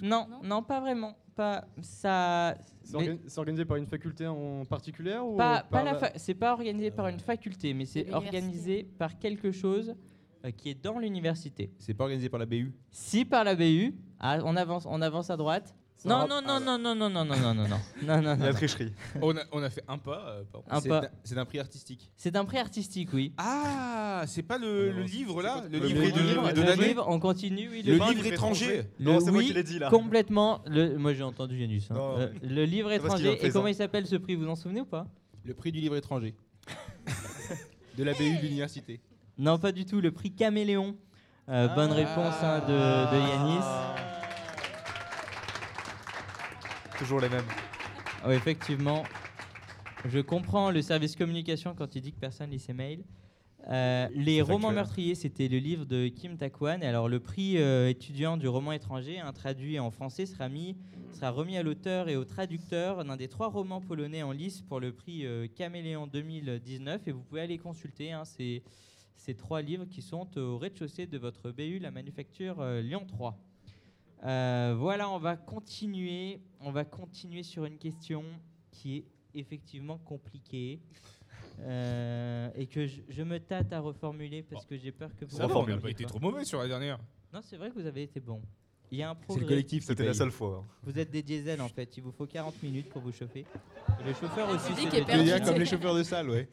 Non, Non. non, pas vraiment. Pas ça. C'est mais- organi- c'est organisé par une faculté en particulier ou Pas, par pas la fa- c'est pas organisé par une faculté, mais c'est l'université. organisé par quelque chose euh, qui est dans l'université. C'est pas organisé par la BU. Si par la BU, Ah, on avance, on avance à droite. Ça Non, rapp- non, non, non, non, non, non, non, non, non, non, non, non, non. La tricherie. on a, on a fait un pas, euh, pardon. Un C'est pas. un- C'est un prix artistique. C'est un prix artistique, oui. Ah, c'est pas le, le livre là Le, Le livre livre, de, livre, de le l'année livre, on continue, oui. Le Le, livre étranger le Non, c'est moi oui, qui l'ai dit là. complètement. Le, moi, j'ai entendu Yanus. hein. Non, Euh, ouais. le livre C'est parce qu'il est étranger. Et présent. comment il s'appelle ce prix Vous en souvenez ou pas Le prix du livre étranger. de la BU de l'université. Non, pas du tout. Le prix Caméléon. Euh, Ah. Bonne réponse hein, de, de Yanis. Toujours les mêmes. Ouais, effectivement, je comprends le service communication quand il dit que personne lit ses mails. Euh, les romans factuel. meurtriers, c'était le livre de Kim Takwan. Et Alors le prix euh, étudiant du roman étranger, un traduit en français, sera, mis, sera remis à l'auteur et au traducteur d'un des trois romans polonais en lice pour le prix euh, Caméléon 2019. Et vous pouvez aller consulter hein, ces, ces trois livres qui sont au rez-de-chaussée de votre BU, la manufacture euh, Lyon 3. Euh, voilà, on va continuer. On va continuer sur une question qui est effectivement compliquée. Euh, et que je, je me tâte à reformuler parce que j'ai peur que vous. Oh. Ça va, on n'a Reformule. pas été trop mauvais sur la dernière. Non, c'est vrai que vous avez été bon. Il y a un C'est le progrès. collectif, C'était la seule fois. Vous êtes des diesels en fait. Il vous faut 40 minutes pour vous chauffer. Le chauffeur aussi. public c'est est des perdu. diesels. comme les chauffeurs de salle, ouais.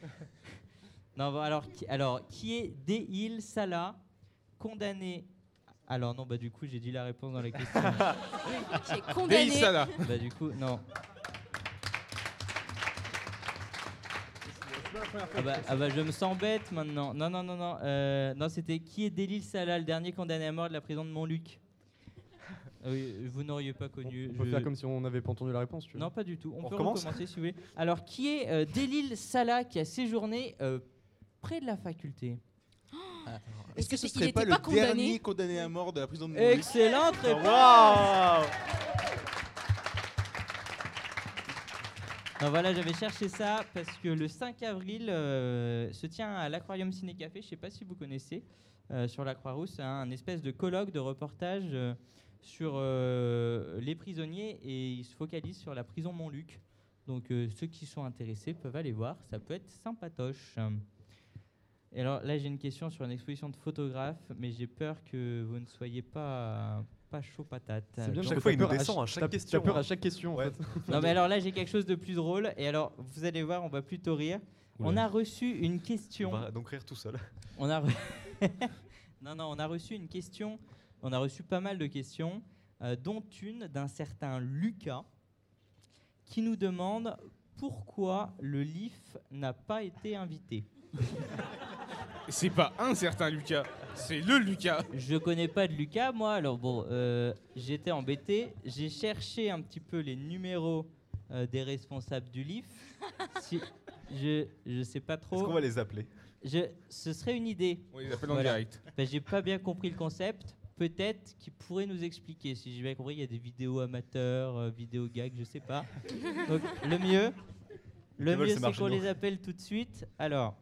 Non, bon, alors, qui, alors, qui est Dehil Salah, condamné. Alors, non, bah du coup, j'ai dit la réponse dans la question. Qui est Deil condamné Salah. bah du coup, non. Ah bah, ah bah, je me sens bête maintenant. Non, non, non, non. euh, non, c'était qui est Delil Salah, le dernier condamné à mort de la prison de Montluc Oui, vous n'auriez pas On, connu. on peut je- faire comme si on n'avait pas entendu la réponse. Tu veux. Non, pas du tout. On, On peut recommence recommencer si vous voulez. Alors, qui est euh, Delil Salah qui a séjourné euh, près de la faculté Est-ce que ce Il serait était pas, pas le condamné dernier condamné à mort de la prison de Montluc Excellente réponse Waouh Non, voilà, j'avais cherché ça parce que le 5 avril euh, se tient à l'Aquarium Ciné Café, je ne sais pas si vous connaissez, euh, sur la Croix-Rousse, hein, un espèce de colloque de reportage euh, sur euh, les prisonniers et il se focalise sur la prison Montluc. Donc euh, ceux qui sont intéressés peuvent aller voir, ça peut être sympatoche. Et alors là, j'ai une question sur une exposition de photographes, mais j'ai peur que vous ne soyez pas, pas chaud patate. C'est bien Donc- parce chaque que fois, t'as il nous peur à descend à ch- chaque t'as- question, T'as peur hein. à chaque question en Ouais. fait. Non mais alors là j'ai quelque chose de plus drôle et alors vous allez voir on va plutôt rire. On a reçu une On question. va donc rire tout seul. On a re- non non on a reçu une question. On a reçu pas mal de questions euh, dont une d'un certain Lucas qui nous demande pourquoi le LIF n'a pas été invité. C'est pas un certain Lucas, c'est le Lucas. Je connais pas de Lucas, moi. Alors bon, euh, j'étais embêté. J'ai cherché un petit peu les numéros euh, des responsables du LIF. Si- je je sais pas Est-ce trop. qu'on va les appeler Je- ce serait une idée. On les appelle en Voilà. direct. Ben, j'ai pas bien compris le concept. Peut-être qu'il pourrait nous expliquer. Si j'ai bien compris, il y a des vidéos amateurs, euh, vidéos gags, je sais pas. Donc le mieux, le Ils veulent mieux se c'est marcher qu'on nous. les appelle tout de suite. Alors,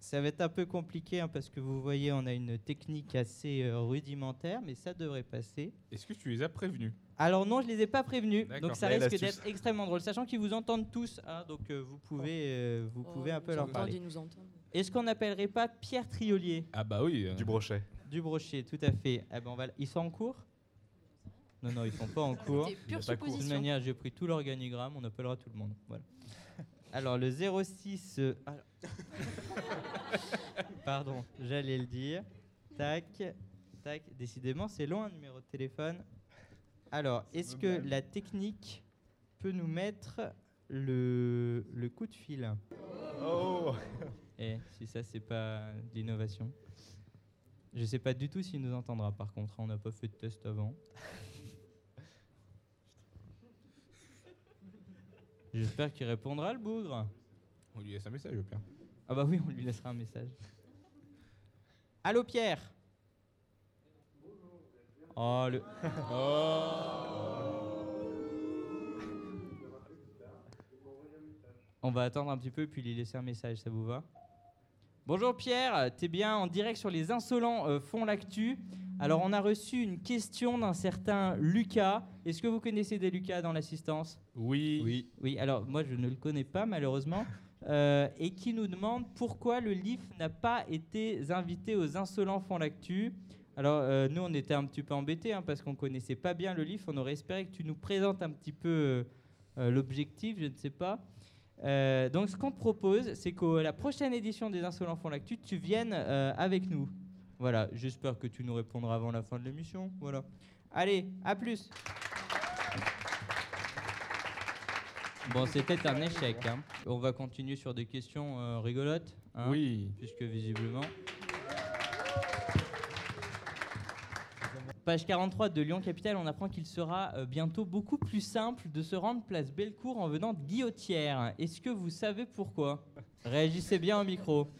ça va être un peu compliqué hein, parce que vous voyez, on a une technique assez euh, rudimentaire, mais ça devrait passer. Est-ce que tu les as prévenus Alors non, je les ai pas prévenus, D'accord. donc ça Ouais, risque l'astuce. d'être extrêmement drôle, sachant qu'ils vous entendent tous, hein, donc euh, vous pouvez, euh, vous pouvez un peu leur parler. Oh, nous entendre. Est-ce qu'on n'appellerait pas Pierre Triolier Ah bah oui. euh, Du brochet. du brochet, tout à fait. Ah ben, on va l- Ils sont en cours Non, non, ils sont pas en cours. C'était De pure pas cours. toute supposition. Bah, manière, j'ai pris tout l'organigramme, on appellera tout le monde. Voilà. Alors, le 06. euh, ah. Pardon, j'allais le dire. Tac, tac. Décidément, c'est long un numéro de téléphone. Alors, est-ce que la technique peut nous mettre le, le coup de fil Oh Eh, si ça, c'est pas de l'innovation. Je sais pas du tout s'il nous entendra, par contre. hein, On n'a pas fait de test avant. J'espère qu'il répondra, le bougre. On lui laisse un message au pire. Ah bah oui, on lui laissera un message. Allô, Pierre Oh, le... Oh. On va attendre un petit peu puis lui laisser un message, ça vous va Bonjour Pierre, t'es bien en direct sur les insolents euh, font l'actu. Alors on a reçu une question d'un certain Lucas. Est-ce que vous connaissez des Lucas dans l'assistance Oui. Oui. oui, alors moi je ne le connais pas malheureusement, euh, et qui nous demande pourquoi le LIF n'a pas été invité aux Insolents Fonds L'Actu. Alors euh, nous on était un petit peu embêtés hein, parce qu'on connaissait pas bien le LIF, on aurait espéré que tu nous présentes un petit peu euh, euh, l'objectif, je ne sais pas. Euh, donc ce qu'on te propose, c'est qu'à la prochaine édition des Insolents Fonds L'Actu, tu viennes euh, avec nous. Voilà, j'espère que tu nous répondras avant la fin de l'émission. Voilà. Allez, à plus Bon, c'était un échec. hein. On va continuer sur des questions euh, rigolotes. hein, Oui. Puisque visiblement. Page 43 de Lyon Capitale, on apprend qu'il sera euh, bientôt beaucoup plus simple de se rendre place Bellecour en venant de Guillotière. Est-ce que vous savez pourquoi Réagissez bien au micro.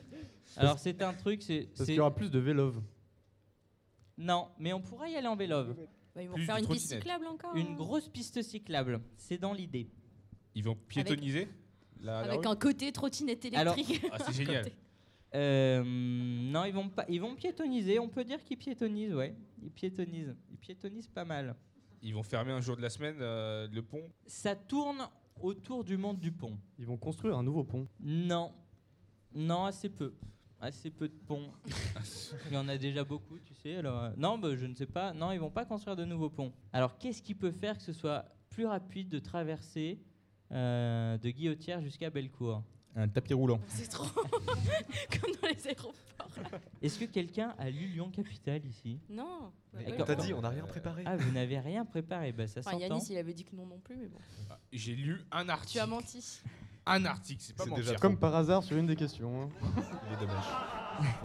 Alors c'est un truc, c'est. Parce c'est- qu'il y aura plus de Vélove. Non, mais on pourra y aller en vélo. Bah, ils vont Plus faire de une piste trottinette. cyclable encore. hein. Une grosse piste cyclable, c'est dans l'idée. Ils vont piétoniser la, la Avec rue un côté trottinette Alors- électrique. Ah, c'est génial. Côté. Euh, non, ils vont pas, ils vont piétoniser. On peut dire qu'ils piétonisent, ouais. Ils piétonisent, ils piétonisent pas mal. Ils vont fermer un jour de la semaine euh, le pont. Ça tourne autour du monde du pont. Ils vont construire un nouveau pont. Non, non, assez peu, assez peu de ponts. Il y en a déjà beaucoup, tu sais. Alors euh, non, bah, je ne sais pas. Non, ils vont pas construire de nouveaux ponts. Alors qu'est-ce qui peut faire que ce soit plus rapide de traverser euh, de Guillotière jusqu'à Bellecour Un tapis roulant. C'est trop. Comme dans les aéroports. là. Est-ce que quelqu'un a lu Lyon Capitale ici Non. Bah, Et oui, quand- T'as non. dit, on n'a rien préparé. Ah, vous n'avez rien préparé, bah ça Enfin, s'entend. Yanis, il avait dit que non non plus, mais bon. Ah, J'ai lu un Tu as article. menti. Un article, c'est pas C'est mentir. déjà Comme par hasard sur une des questions. hein. Il est dommage.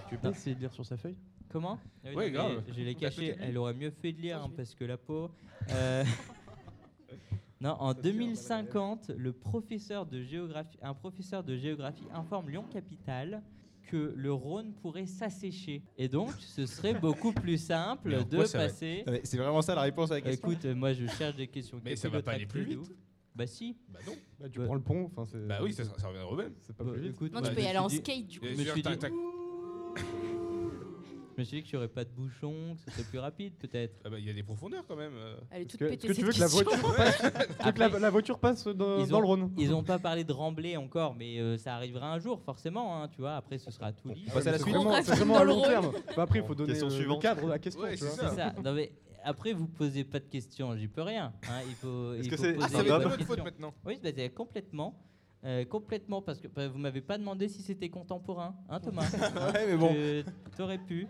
Tu peux pas essayer de lire sur sa feuille Comment Ah oui, Ouais, non, grave. mais Je l'ai T'as sauté caché, le livre. elle aurait mieux fait de lire Ça, hein, je l'ai. parce que la peau. euh, non, en 2050, le professeur de géographie, un professeur de géographie informe Lyon Capitale que le Rhône pourrait s'assécher. Et donc, ce serait beaucoup plus simple Mais en de quoi ça va passer. Non, mais C'est vraiment ça la réponse à la question. Écoute, euh, moi je cherche des questions. Mais ça va pas aller plus capillotractées de vite. ouf. Bah si. Bah non. Bah, tu Ouais. prends le pont. Enfin, c'est. Bah oui, ça, ça reviendra au même. C'est pas Bah, plus vite. écoute, Non, bah, tu je peux y me aller en suis dit- skate du coup. Et me sur- suis tac, dit- tac. Je me suis dit que tu aurais pas de bouchon, que ce serait plus rapide peut-être. Ah bah, il y a des profondeurs quand même. euh. Elle est toute que- pétée que tu cette veux que la question. voiture passe, tu veux que la, Après, la voiture passe dans, Ils dans ont- le Rhône Ils n'ont pas parlé de remblai encore, mais euh, ça arrivera un jour, forcément. hein, tu vois, après, ce sera tout lisse. Passe à la Bah, C'est suite. vraiment- reste C'est vraiment dans à le long Rhône. terme. Bah, après, il Bon, faut donner question euh, le suivante. cadre de la question. Ouais, tu c'est vois. ça. C'est ça. Non, mais après, vous posez pas de questions. J'y peux rien. hein, il faut. Est-ce il que faut c'est- poser Ah, ça des va être de bonnes votre faute questions. maintenant. Oui, bah, c'est complètement. euh, complètement, parce que bah, vous m'avez pas demandé si c'était contemporain, hein, Thomas Ouais, mais bon. Tu- T'aurais pu.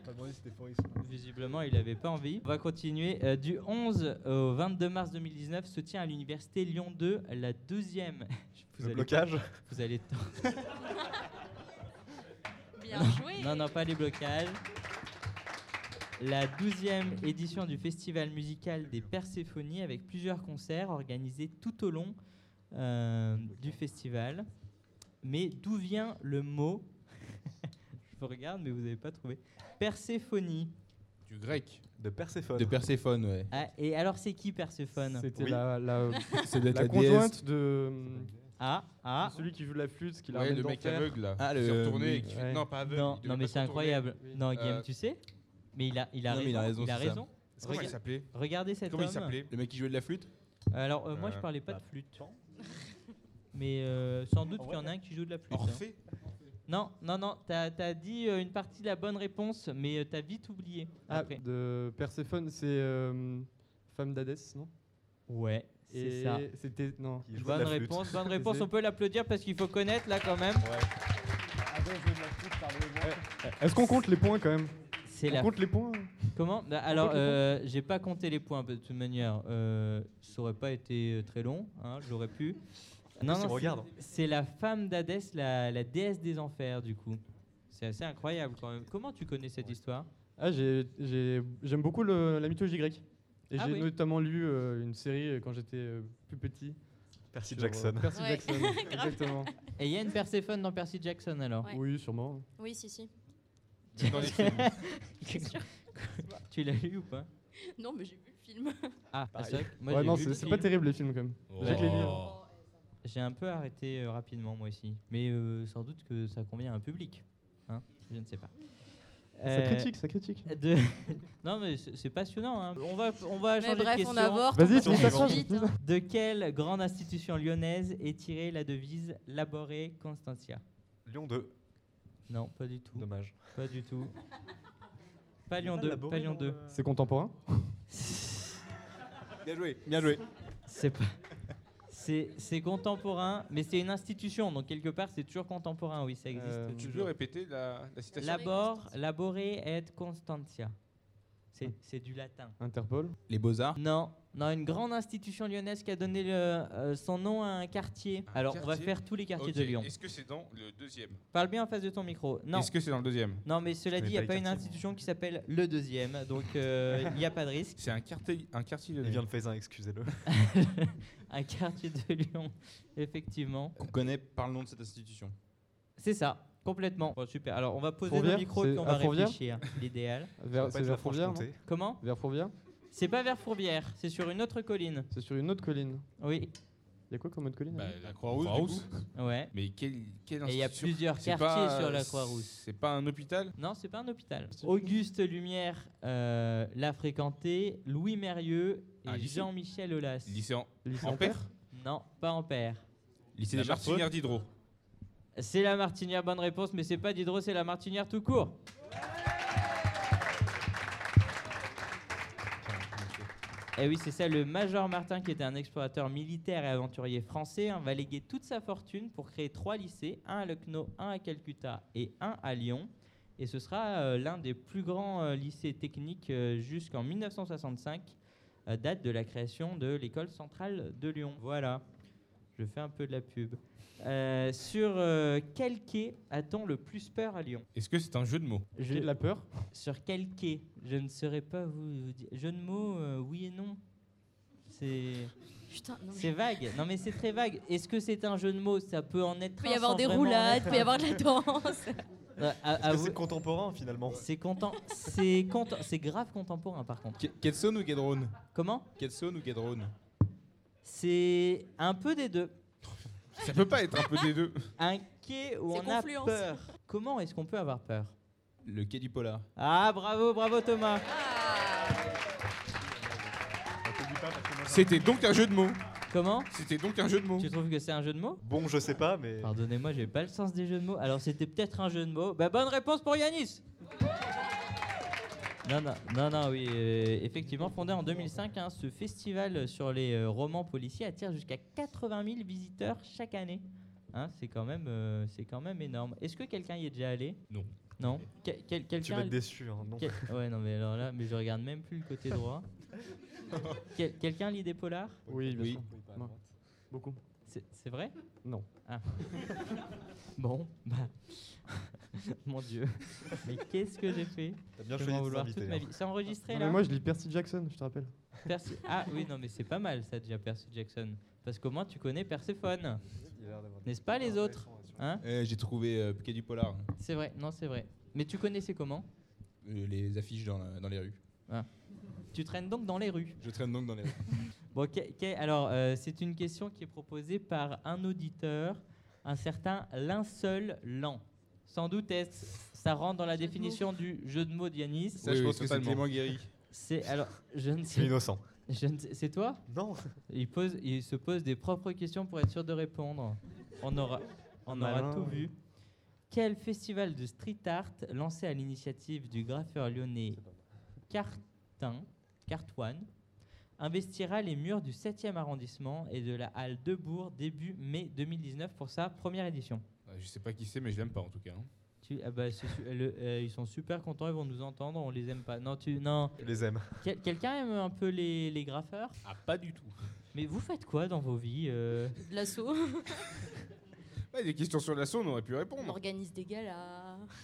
Visiblement, il n'avait pas envie. On va continuer. Euh, du 11 au 22 mars 2019 se tient à l'université Lyon 2 la deuxième. Vous Le allez, blocage. vous allez Bien joué. Non, non, pas les blocages. La 12e édition du festival musical des Perséphonies avec plusieurs concerts organisés tout au long euh, du festival. Mais d'où vient le mot Je vous regarde, mais vous n'avez pas trouvé. Perséphonie. Du grec. De Perséphone. De Perséphone, ouais. Ah, et alors, c'est qui Perséphone C'était Oui. la, la, C'est d'être la la déesse. conjointe de, Ah, ah. celui qui joue de la flûte, qui la Ouais, ramène le mec d'enfer. aveugle là. Ah, qui s'est le- retourné et qui oui. fait- Ouais. Non, pas aveugle. Non, il devait non, mais pas se c'est retourner. incroyable. Non, Guillaume, Euh, tu sais Mais il a, il a Non, mais raison. il a raison, il a c'est ça. raison. Comment il Regarde- s'appelait Regardez cet Comment il homme. s'appelait Le mec qui jouait de la flûte Alors, euh, moi, je Euh, parlais pas de flûte. Mais euh, sans doute qu'il y en a un qui joue de la flûte. hein. Orphée Non, non, non, t'as as dit euh, une partie de la bonne réponse, mais euh, t'as vite oublié Ah, après. de Perséphone, c'est euh, femme d'Hadès, non Ouais, c'est Et ça. C'était non. Bonne réponse, bonne réponse. On peut l'applaudir parce qu'il faut connaître là quand même. Est-ce qu'on compte les points quand même C'est On la. compte les points Comment Bah, Alors, compte les euh, j'ai pas compté les points de toute manière. Euh, ça aurait pas été euh, très long, hein, j'aurais pu. Non, non, c'est- c'est la femme d'Hadès, la, la déesse des enfers, du coup. C'est assez incroyable quand même. Comment tu connais cette histoire Ah, j'ai- j'ai- j'aime beaucoup le- la mythologie grecque. Et Ah j'ai oui. notamment lu euh, une série euh, quand j'étais euh, plus petit. Percy sur, Jackson. euh, Percy Ouais. Jackson, exactement. Et il y a une Perséphone dans Percy Jackson alors Ouais. Oui, sûrement. Oui, si, si. Dans les films. Tu l'as lu ou pas Non, mais j'ai vu le film. Ah, Pareil. Asoc, moi ouais, j'ai non, vu c'est le c'est pas film. terrible les films quand même. Jacques Lévy. Oh. J'ai un peu arrêté euh, rapidement moi aussi, mais euh, sans doute que ça convient à un public. hein, je ne sais pas. Ça Euh, critique, ça critique. de- non mais c'est c'est passionnant. hein. On va, on va Mais changer de bref, question. on avorte. Vas-y, on finis passe ta phrase. vite, hein. De quelle grande institution lyonnaise est tirée la devise Laboré Constantia Lyon 2. Non, pas du tout. Dommage. Pas du tout. Pas Lyon pas 2. Laboré Pas Lyon dans 2. C'est contemporain. Bien joué, bien joué. C'est pas. C'est c'est contemporain, mais c'est une institution, donc quelque part c'est toujours contemporain, oui, ça existe. Euh, Tu peux répéter la, la citation Labor, labore et constantia. C'est Ah. c'est du latin. Interpol. Les beaux-arts. Non, non, une grande institution lyonnaise qui a donné le- euh, son nom à un quartier. Un Alors, on va quartier faire tous les quartiers Ok, de Lyon. Est-ce que c'est dans le deuxième Parle bien en face de ton micro. Non, Est-ce que c'est dans le deuxième non mais cela Je dit, il connais n'y a pas pas les une quartiers, institution qui s'appelle le deuxième, donc euh, il n'y a pas de risque. C'est un quartier, un quartier de Il vient de Faisin, excusez-le. Un quartier de Lyon, effectivement. Qu'on connaît par le nom de cette institution. C'est ça. Complètement. Bon, Oh, super. Alors, on va poser le Fourvière, micro c'est et on va à Fourvière réfléchir. L'idéal. Vers, c'est vers Fourvière, non Comment Vers Fourvière C'est pas vers Fourvière, c'est sur une autre colline. C'est sur une autre colline. Oui. Il y a quoi comme autre colline Bah, hein la Croix-Rousse. du Croix-Rousse. coup. Ouais. Mais quelle, quelle Et il y a institution plusieurs C'est quartiers pas, sur euh, la Croix-Rouge. C'est pas un hôpital Non, c'est pas un hôpital. Auguste Lumière euh, l'a fréquenté, Louis Mérieux et Ah, lycée. Jean-Michel Aulas. Lycée en, Lycée en Ampère père Non, pas en père. Lycée La des Martinières d'Hydro. C'est la Martinière, bonne réponse, mais c'est pas Diderot, c'est la Martinière tout court. Et Eh oui, c'est ça, le Major Martin, qui était un explorateur militaire et aventurier français, hein, va léguer toute sa fortune pour créer trois lycées, un à Lucknow, un à Calcutta et un à Lyon. Et ce sera euh, l'un des plus grands euh, lycées techniques euh, jusqu'en 1965, euh, date de la création de l'école centrale de Lyon. Voilà, je fais un peu de la pub. Euh, sur euh, quel quai a-t-on le plus peur à Lyon Est-ce que c'est un jeu de mots Je- La peur Sur quel quai Je ne saurais pas vous, vous dire. Jeu de mots, euh, oui et non. C'est Putain, non. mais- c'est vague. Non, mais c'est très vague. Est-ce que c'est un jeu de mots Ça peut en être. Il peut y un avoir sans des hein, vraiment en roulades, être il peut y un. avoir de la danse. Euh, à- à vous- C'est contemporain finalement. C'est content. C'est content. C'est grave contemporain, par contre. Ketson ou Gedron Comment Ketson ou Gedron C'est un peu des deux. Ça peut pas être un peu des deux. Un quai où C'est on confluence. a peur. Comment est-ce qu'on peut avoir peur Le quai du Polar. Ah, bravo, bravo Thomas. Ah. C'était donc un jeu de mots. Comment C'était donc un jeu de mots. Tu trouves que c'est un jeu de mots Bon, je sais pas, mais. Pardonnez-moi, j'ai pas le sens des jeux de mots. Alors c'était peut-être un jeu de mots. Bah bonne réponse pour Yanis. Non, non, non, non, oui, euh, effectivement, fondé en 2005, hein, ce festival sur les euh, romans policiers attire jusqu'à 80 000 visiteurs chaque année. Hein, c'est quand même, euh, c'est quand même énorme. Est-ce que quelqu'un y est déjà allé Non. Non. Quel- quel- Tu vas quelqu'un être déçu, hein, non. quel- Ouais, non, mais alors là, mais je regarde même plus le côté droit. Quel- quelqu'un lit des polars Oui, bien Oui. sûr. Moi. Beaucoup. C'est c'est vrai Non. Ah. bon, bah. Mon Dieu. Mais qu'est-ce que j'ai fait T'as bien Je vais m'en vouloir toute hein. ma vie. C'est enregistré hein. Non, là mais moi je lis Percy Jackson, je te rappelle. Percy- Ah oui, non, mais c'est pas mal ça déjà, Percy Jackson. Parce qu'au moins tu connais Perséphone, n'est-ce pas les autres Hein J'ai trouvé euh, quai du Polar. C'est vrai, non, c'est vrai. Mais tu connaissais comment Euh, les affiches dans, la- dans les rues. Tu traînes donc dans les rues. Je traîne donc dans les rues. Bon, que- que- alors, euh, c'est une question qui est proposée par un auditeur, un certain Linceul Lent. Sans doute, est-ce- ça rentre dans la Jeu de mots. définition du jeu de mots de Yanis. Ça, Oui, je oui, pense que c'est totalement. Clément Guéry. C'est alors, je ne Je suis sais, innocent. je ne sais- c'est toi Non il, pose, il se pose des propres questions pour être sûr de répondre. On aura, on aura Malin. tout vu. Quel festival de street art lancé à l'initiative du graffeur lyonnais Cartin, Cartouane investira les murs du 7e arrondissement et de la halle de Bourg début mai 2019 pour sa première édition Ah, Je sais pas qui c'est, mais je l'aime pas en tout cas. hein. Tu- ah bah, c'est su- le- euh, ils sont super contents, ils vont nous entendre, on les aime pas. Non, tu, non. Je les aime. Quel- Quelqu'un aime un peu les, les graffeurs Ah, pas du tout. Mais vous faites quoi dans vos vies euh De l'assaut. Bah, des questions sur l'assaut, on aurait pu On répondre. organise des galas.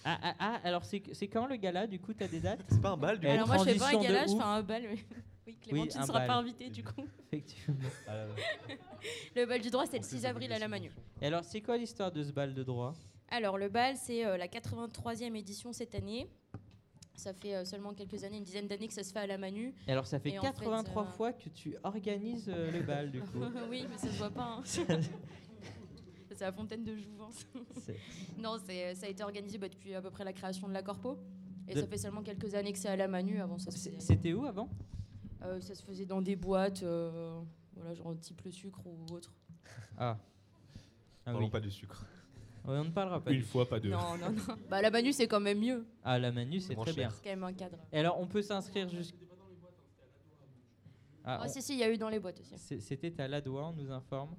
ah, ah, ah, alors c'est c'est quand le gala Du coup, t'as des dates C'est pas un mal du Elle- Alors moi, je fais pas transition un de gala, je ouf. fais un bal. mais- Oui, Clémentine un ne sera bal. pas invitée du coup. Effectivement. Le bal du droit, c'est le 6 avril à la Manu. Et alors, c'est quoi l'histoire de ce bal de droit Alors, le bal, c'est euh, la 83e édition cette année. Ça fait euh, seulement quelques années, une dizaine d'années que ça se fait à la Manu. Et alors, ça fait Et en fait, 83 euh, fois que tu organises euh, le bal, du coup. oui, mais ça se voit pas. hein. c'est la fontaine de Jouvence. C'est- Non, c'est- ça a été organisé bah, depuis à peu près la création de la Corpo. Et De- ça fait seulement quelques années que c'est à la Manu. Avant, ça se faisait, c'est- C'était où avant euh, ça se faisait dans des boîtes, euh, voilà, genre type le sucre ou autre. Ah. Ah Parlons oui. pas du sucre. Ouais, on ne parlera pas. Une du- fois, pas deux. Non, non, non. Bah, à la Manu, c'est quand même mieux. Ah, la Manu, c'est très bien. C'est quand même un cadre. Et alors, on peut s'inscrire jusqu'à. Ah, Ah, on- si, si, il y a eu dans les boîtes aussi. c'est- c'était à Ladoua, on nous informe.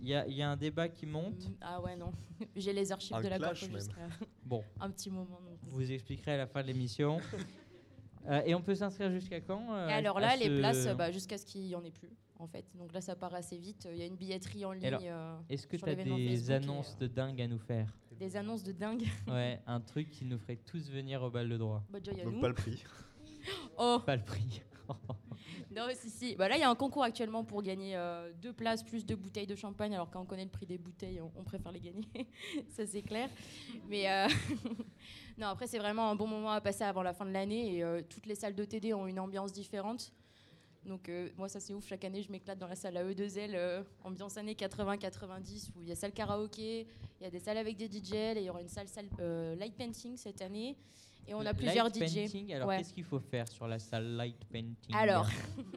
Il y a, il y a un débat qui monte. Mm, Ah ouais, non. J'ai les archives Un de la clash, Corpo même. jusqu'à Ah, Bon. un petit moment. donc. vous expliquerez à la fin de l'émission. Euh, et on peut s'inscrire jusqu'à quand euh, Et à- alors à là, ce- les places, bah, jusqu'à ce qu'il n'y en ait plus, en fait. Donc là, ça part assez vite. Il y a une billetterie en ligne, alors, euh, Est-ce que sur tu as l'événement des Facebook et, annonces de dingue à nous faire des annonces de dingue. Ouais, un truc qui nous ferait tous venir au bal de droit. Bah, déjà, il y a Donc nous. pas le prix. Oh, Pas le prix. Non, si, si. Bah, là, il y a un concours actuellement pour gagner euh, deux places plus deux bouteilles de champagne. Alors, quand on connaît le prix des bouteilles, on, on préfère les gagner. Ça, c'est clair. Mais euh, non, après, c'est vraiment un bon moment à passer avant la fin de l'année. Et euh, toutes les salles de TD ont une ambiance différente. Donc, euh, moi, ça, c'est ouf. Chaque année, je m'éclate dans la salle à E2L, euh, ambiance années 80-90, où il y a salle karaoké, il y a des salles avec des DJ, et il y aura une salle, salle, euh, light painting cette année. Et on a Light plusieurs DJ. painting, alors Ouais. qu'est-ce qu'il faut faire sur la salle light painting Alors,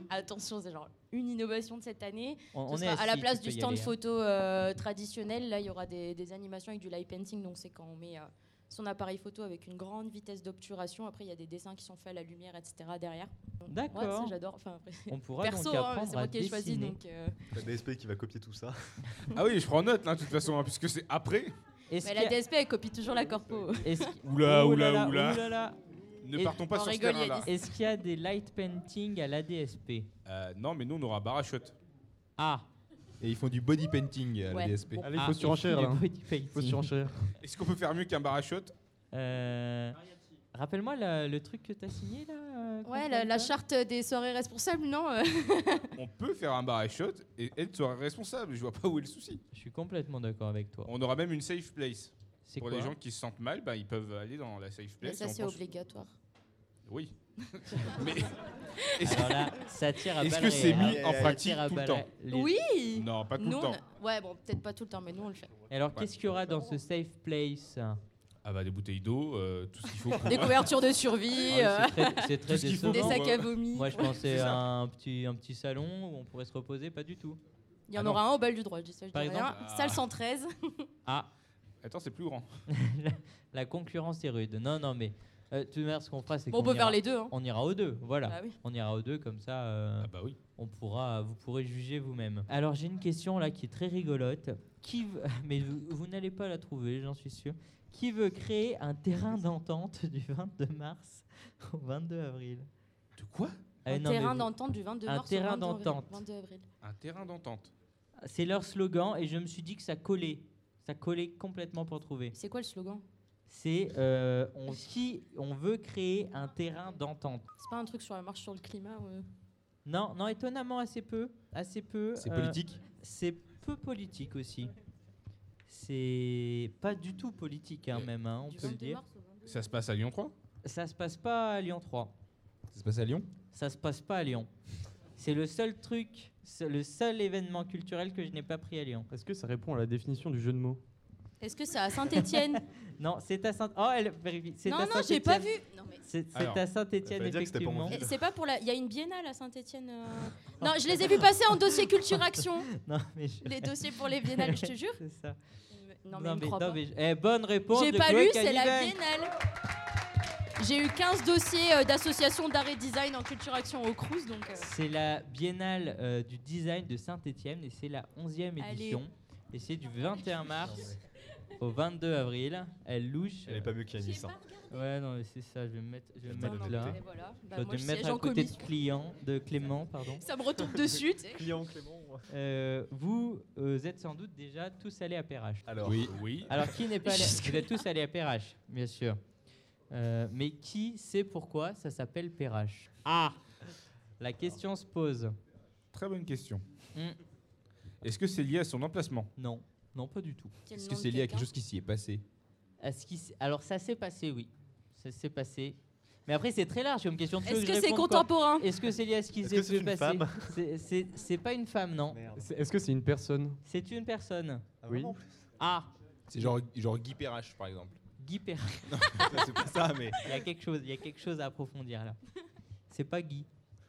attention, c'est genre une innovation de cette année. on, Ce on est sera à la assis, place tu du peux y stand aller, hein. photo euh, traditionnel, là, il y aura des, des animations avec du light painting. Donc, c'est quand on met euh, son appareil photo avec une grande vitesse d'obturation. Après, il y a des dessins qui sont faits à la lumière, etc. derrière. Donc, D'accord. Ouais, ça, j'adore. Enfin, après, On pourra perso, donc hein, apprendre c'est moi à qui ai choisi. dessiner. Donc, euh, La DSP qui va copier tout ça. Ah oui, je prends note, là, de toute façon, hein, puisque c'est après. Est-ce Mais qu'il y la a- DSP, elle copie toujours la corpo. est-ce- Oula, Oh oula, là là, oula. oh là là. Ne Et- partons pas On sur ce rigole, il y a terrain-là. Est-ce qu'il y a des light painting à la DSP Euh, non, mais nous, on aura Barachute. Ah, Et ils font du body painting à Ouais. la DSP. Allez, il ah, faut surenchérir il là. fait du body Il faut painting. surenchérir. Est-ce qu'on peut faire mieux qu'un Barachute Euh, Rappelle-moi la- le truc que t'as signé là euh, Ouais, contre la, la l'alcool charte des soirées responsables, non euh, On peut faire un Barachute et elle sera responsable. Je vois pas où est le souci. Je suis complètement d'accord avec toi. On aura même une safe place. C'est Pour quoi les gens qui se sentent mal, bah, ils peuvent aller dans la safe Mais place. ça, et on c'est pense- obligatoire. Oui. mais est-ce Alors là, ça tire à est-ce balles que c'est mis réelles. en Ça pratique tire à tout le balles temps réelles. Oui Non, pas tout Nous, le on- temps. Ouais, bon, peut-être pas tout le temps, mais nous, on le fait. Et Alors, qu'est-ce qu'il y aura dans ce safe place Ah bah des bouteilles d'eau, euh, tout ce qu'il faut. Des couvertures de survie, euh, Ah, C'est très, c'est très Tout ce qu'il faut décevant. des Bon, sacs à bah, vomi. Moi, je pensais à un petit, un petit salon où on pourrait se reposer, pas du tout. Il y en Ah non. aura un au bal du droit, je dis ça, je Par dis rien. exemple Salle 113. Ah, Attends, c'est plus grand. la concurrence est rude. Non, non, mais euh, de toute manière, ce qu'on fera, c'est Bon, on qu'on peut ira- faire les deux. Hein. On ira aux deux, voilà. Ah oui. On ira aux deux, comme ça, euh, Ah bah oui. on pourra, vous pourrez juger vous-même. Alors, j'ai une question là qui est très rigolote. Qui veut- mais vous, vous n'allez pas la trouver, j'en suis sûr. Qui veut créer un terrain d'entente du 22 mars au 22 avril De quoi Eh Un non, mais terrain vous- d'entente du 22 Un mars au terrain 22 avril. d'entente. 22 avril. Un terrain d'entente. C'est leur slogan et je me suis dit que ça collait. Ça collait complètement pour trouver. C'est quoi le slogan C'est euh, on, qui- on veut créer un terrain d'entente. C'est pas un truc sur la marche sur le climat euh, ouais. Non, non, étonnamment assez peu, assez peu. C'est euh, politique C'est peu politique aussi. C'est pas du tout politique hein, Euh, même, hein, on Du peut le 22 dire. mars au 22 Ça se passe à Lyon 3 Ça se passe pas à Lyon 3. Ça se passe à Lyon Ça se passe pas à Lyon. C'est le seul truc, c'est le seul événement culturel que je n'ai pas pris à Lyon. Est-ce que ça répond à la définition du jeu de mots Est-ce que c'est à Saint-Etienne Non, c'est à Saint. Oh, elle vérifie. C'est Non, à non, j'ai pas Saint-Étienne. vu. Non, mais C'est c'est Alors, à Saint-Étienne fallait dire que c'était pour effectivement. Eh, mon c'est pas pour la. Il y a une biennale à Saint-Etienne. Non, je les ai vus passer en dossier culture action. Non, mais je- Les dossiers pour les biennales, je te jure. C'est ça. Non, mais, on croit pas. mais je- eh, bonne réponse. J'ai de pas Chloé lu, c'est la Canivet. biennale. J'ai eu 15 dossiers euh, d'associations d'art et design en culture action au Crous, donc. euh, C'est la biennale euh, du design de Saint-Étienne et c'est la 11e Allez. édition. Et c'est du 21 mars au 22 avril. Elle louche. Elle est pas mieux qu'Yanis. hein. Ouais, non, mais c'est ça. Je vais me mettre, je vais me putain, mettre non, là. mais voilà. Bah, je moi, vais je me siège mettre à en côté de, commission. client, de Clément. pardon. Ça me retombe dessus, tu sais. Client Clément. moi. Euh, vous euh, êtes sans doute déjà tous allés à Perrache. Alors, Oui. Oui. Alors, qui n'est pas allé Jusque-là. Vous êtes tous allés à Perrache, bien sûr. Euh, mais qui sait pourquoi ça s'appelle Perrache Ah La question se pose. Très bonne question. Hmm. Est-ce que c'est lié à son emplacement Non, non, pas du tout. Quel Est-ce nom que de c'est lié à quelqu'un quelque chose qui s'y est passé Est-ce qu'il s- Alors, ça s'est passé, oui. Ça s'est passé. Mais après, c'est très large comme question. Tu veux Est-ce je que c'est réponde contemporain quoi Est-ce que c'est lié à ce qui Est-ce s'est que c'est une passé femme C'est- c'est- C'est pas une femme, non. Merde. C'est- Est-ce que c'est une personne C'est une personne. Ah, Oui. vraiment Ah C'est genre, genre Guy Perrache, par exemple. Guy Perrache. c'est pas ça, mais. Il y a quelque chose, il y a quelque chose à approfondir là. C'est pas Guy.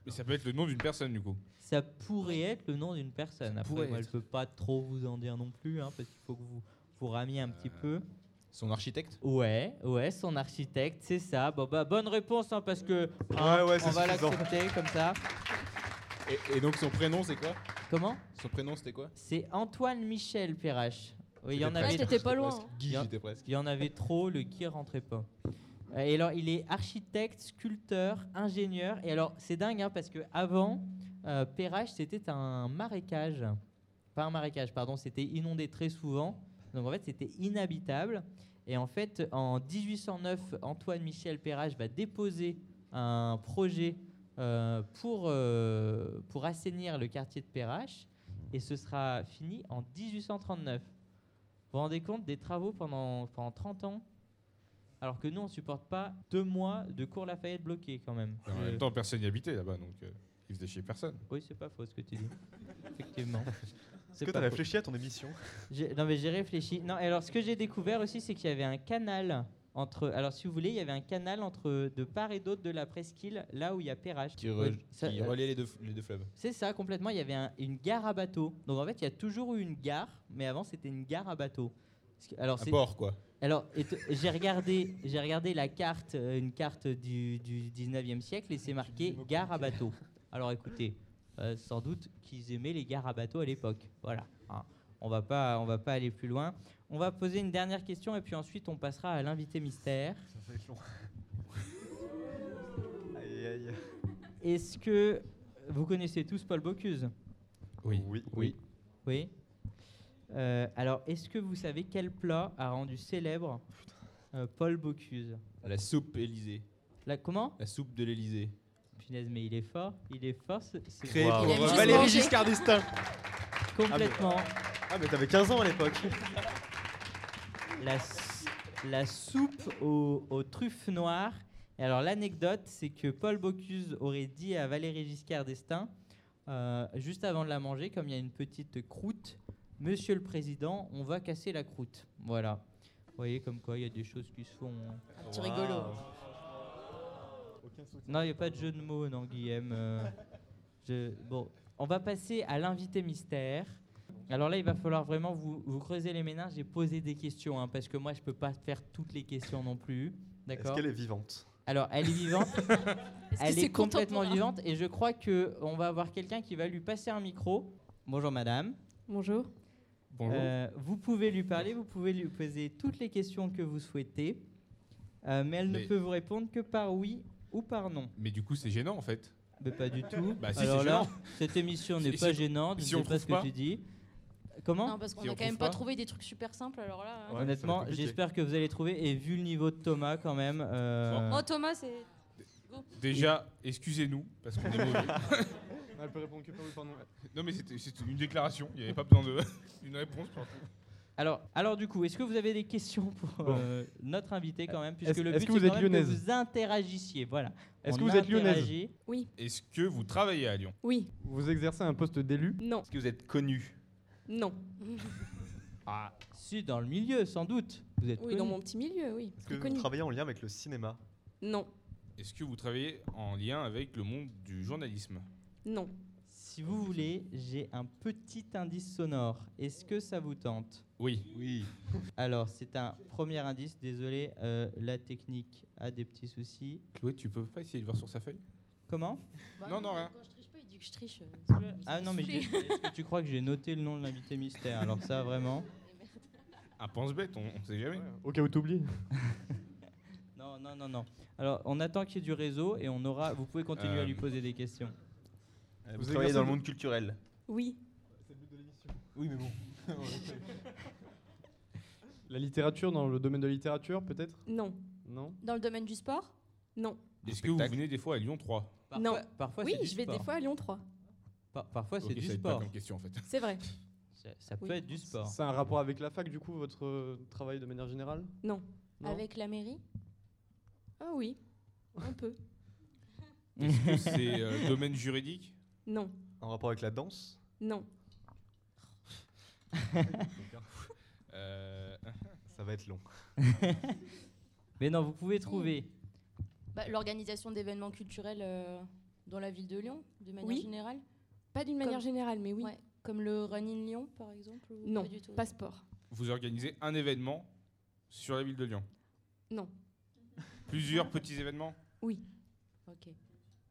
Mais ça peut être le nom d'une personne du coup. Ça pourrait être le nom d'une personne. Après, pourrait moi, être. je peux pas trop vous en dire non plus, hein, parce qu'il faut que vous vous ramiez un Euh. petit peu. Son architecte Ouais, ouais, son architecte, c'est ça. Bon, bah, bonne réponse, hein, parce que Ouais, ouais, on c'est va suffisant. l'accepter comme ça. et, et donc son prénom, c'est quoi Comment Son prénom, c'était quoi C'est Antoine Michel Perrache. Oui, il y en C'était Ouais, avait, presque. t'étais pas loin. Presque. Guy, Bien. j'étais presque. il y en avait trop, le qui rentrait pas. Euh, Et alors, il est architecte, sculpteur, ingénieur. Et alors, c'est dingue, hein, parce que avant, euh, Perrache, c'était un marécage. Pas un marécage, pardon, c'était inondé très souvent. Donc, en fait, c'était inhabitable. Et en fait, en 1809, Antoine Michel Perrache va déposer un projet euh, pour, euh, pour assainir le quartier de Perrache et ce sera fini en 1839. Vous vous rendez compte des travaux pendant, pendant 30 ans alors que nous, on supporte pas deux mois de cours Lafayette bloqués quand même. En Je- même temps, personne n'y habitait là-bas, donc euh, ils faisaient chier personne. Oui, c'est pas faux ce que tu dis. Effectivement. Est-ce C'est que pas t'as faux. réfléchi à ton émission J'ai- Non, mais j'ai réfléchi. Non, et alors ce que j'ai découvert aussi, c'est qu'il y avait un canal entre. Alors, si vous voulez, il y avait un canal entre de part et d'autre de la presqu'île, là où il y a Perrache. Qui, Ouais, re- ça- qui euh, reliait les deux, les deux fleuves. c'est ça, complètement. Il y avait un- une gare à bateau. Donc, en fait, il y a toujours eu une gare, mais avant, c'était une gare à bateau. Parce que- Alors, Un c'est- port, quoi. alors, et te- j'ai regardé, j'ai regardé la carte, euh, une carte du, du 19e siècle, et c'est marqué gare à bateau. Alors, écoutez, euh, sans doute qu'ils aimaient les gares à bateau à l'époque. Voilà. hein. On va pas, on va pas aller plus loin. On va poser une dernière question, et puis ensuite, on passera à l'invité mystère. Ça va être long. aïe aïe. Est-ce que vous connaissez tous Paul Bocuse Oui. Oui. Oui. Oui. Euh, alors, est-ce que vous savez quel plat a rendu célèbre euh, Paul Bocuse La soupe Élysée. Là, comment La soupe de l'Élysée. Punaise, mais il est fort, il est fort, ce- c'est Créée Ah, pour Wow. Il aime euh, juste Valérie manger. Giscard d'Estaing. complètement Ah, mais t'avais 15 ans à l'époque. la, s- la soupe aux, aux truffes noires. Et alors l'anecdote, c'est que Paul Bocuse aurait dit à Valérie Giscard d'Estaing, euh, juste avant de la manger, comme il y a une petite croûte, Monsieur le Président, on va casser la croûte. Voilà. Vous voyez comme quoi il y a des choses qui se font. hein. Un petit rigolo. Non, il n'y a pas de jeu de mots, non, Guillaume. euh, je- Bon, on va passer à l'invité mystère. Alors là, il va falloir vraiment vous, vous creuser les méninges et poser des questions, hein, parce que moi, je peux pas faire toutes les questions non plus. Est-ce D'accord qu'elle est vivante Alors, elle est vivante, Est-ce que elle est, c'est complètement contemporain vivante, et je crois que on va avoir quelqu'un qui va lui passer un micro. Bonjour, madame. Bonjour. Euh, vous pouvez lui parler, vous pouvez lui poser toutes les questions que vous souhaitez, euh, mais elle Mais- ne peut vous répondre que par oui ou par non. Mais du coup, c'est gênant en fait. Mais pas du tout. Bah si, Alors c'est là, gênant. cette émission n'est Si- pas si- gênante. si je on ne sais pas trouve ce que pas. tu dis. Comment Non, parce qu'on Si a on quand même trouve pas pas. trouvé des trucs super simples alors là. hein. Ouais. ça va Honnêtement, être compliqué. j'espère que vous allez trouver. Et vu le niveau de Thomas, quand même. euh, Oh Thomas, c'est. Déjà, excusez-nous parce qu'on est mauvais. Elle peut répondre que par oui, par non. Non, mais c'était c'était une déclaration. Il n'y avait pas besoin de- d'une réponse. pour- alors, alors, du coup, est-ce que vous avez des questions pour euh, notre invité, quand même Puisque Est-ce- le est-ce but, que vous c'est quand êtes même que lyonnaise vous interagissiez. Voilà. Est-ce On que vous êtes lyonnaise interagit. Est-ce que vous travaillez à Lyon Oui, Vous exercez un poste d'élu non, Est-ce que vous êtes connu non. Ah, si, dans le milieu, sans doute. Vous êtes Oui, dans connu. mon petit milieu, oui. Est-ce que Très vous connu. travaillez en lien avec le cinéma Non, Est-ce que vous travaillez en lien avec le monde du journalisme non. Si vous voulez, j'ai un petit indice sonore. Est-ce que ça vous tente Oui. Oui. Alors, c'est un premier indice. Désolé, euh, la technique a des petits soucis. Chloé, tu peux pas essayer de voir sur sa feuille Comment Bah, Non, non, rien. Quand je triche pas, il dit que je triche. euh, Ah non, mais j'ai- saoulé. est-ce que tu crois que j'ai noté le nom de l'invité mystère Alors ça, vraiment Un pense-bête, on, on sait jamais. Au cas où t'oublies. Non, non, non, non. Alors, on attend qu'il y ait du réseau et on aura. Vous pouvez continuer à lui Euh. poser des questions. Vous, Vous travaillez exercez dans le le- monde culturel Oui, Oui, mais bon. La littérature, dans le domaine de la littérature, peut-être non, Non Dans le domaine du sport non. Est-ce que vous spectacles. venez des fois à Lyon 3 Parfois, Non. Parfois, oui, c'est du je vais des sport. fois à Lyon 3. Par- parfois, c'est Ok, du ça aide pas sport. comme question en fait. C'est vrai. Ça, ça peut Oui. être du sport. C'est un rapport avec la fac, du coup, votre euh, travail de manière générale Non. Non Avec la mairie Ah oui, un peu. Est-ce que c'est euh, domaine juridique Non, En rapport avec la danse non, Euh, Ça va être long. Mais non, vous pouvez trouver. Bah, L'organisation d'événements culturels euh, dans la ville de Lyon, de manière Oui. générale pas d'une manière Comme- générale, mais oui. Ouais. Comme le Run in Lyon, par exemple ou Non, pas du tout. pas sport. Vous organisez un événement sur la ville de Lyon Non. Plusieurs petits événements Ok.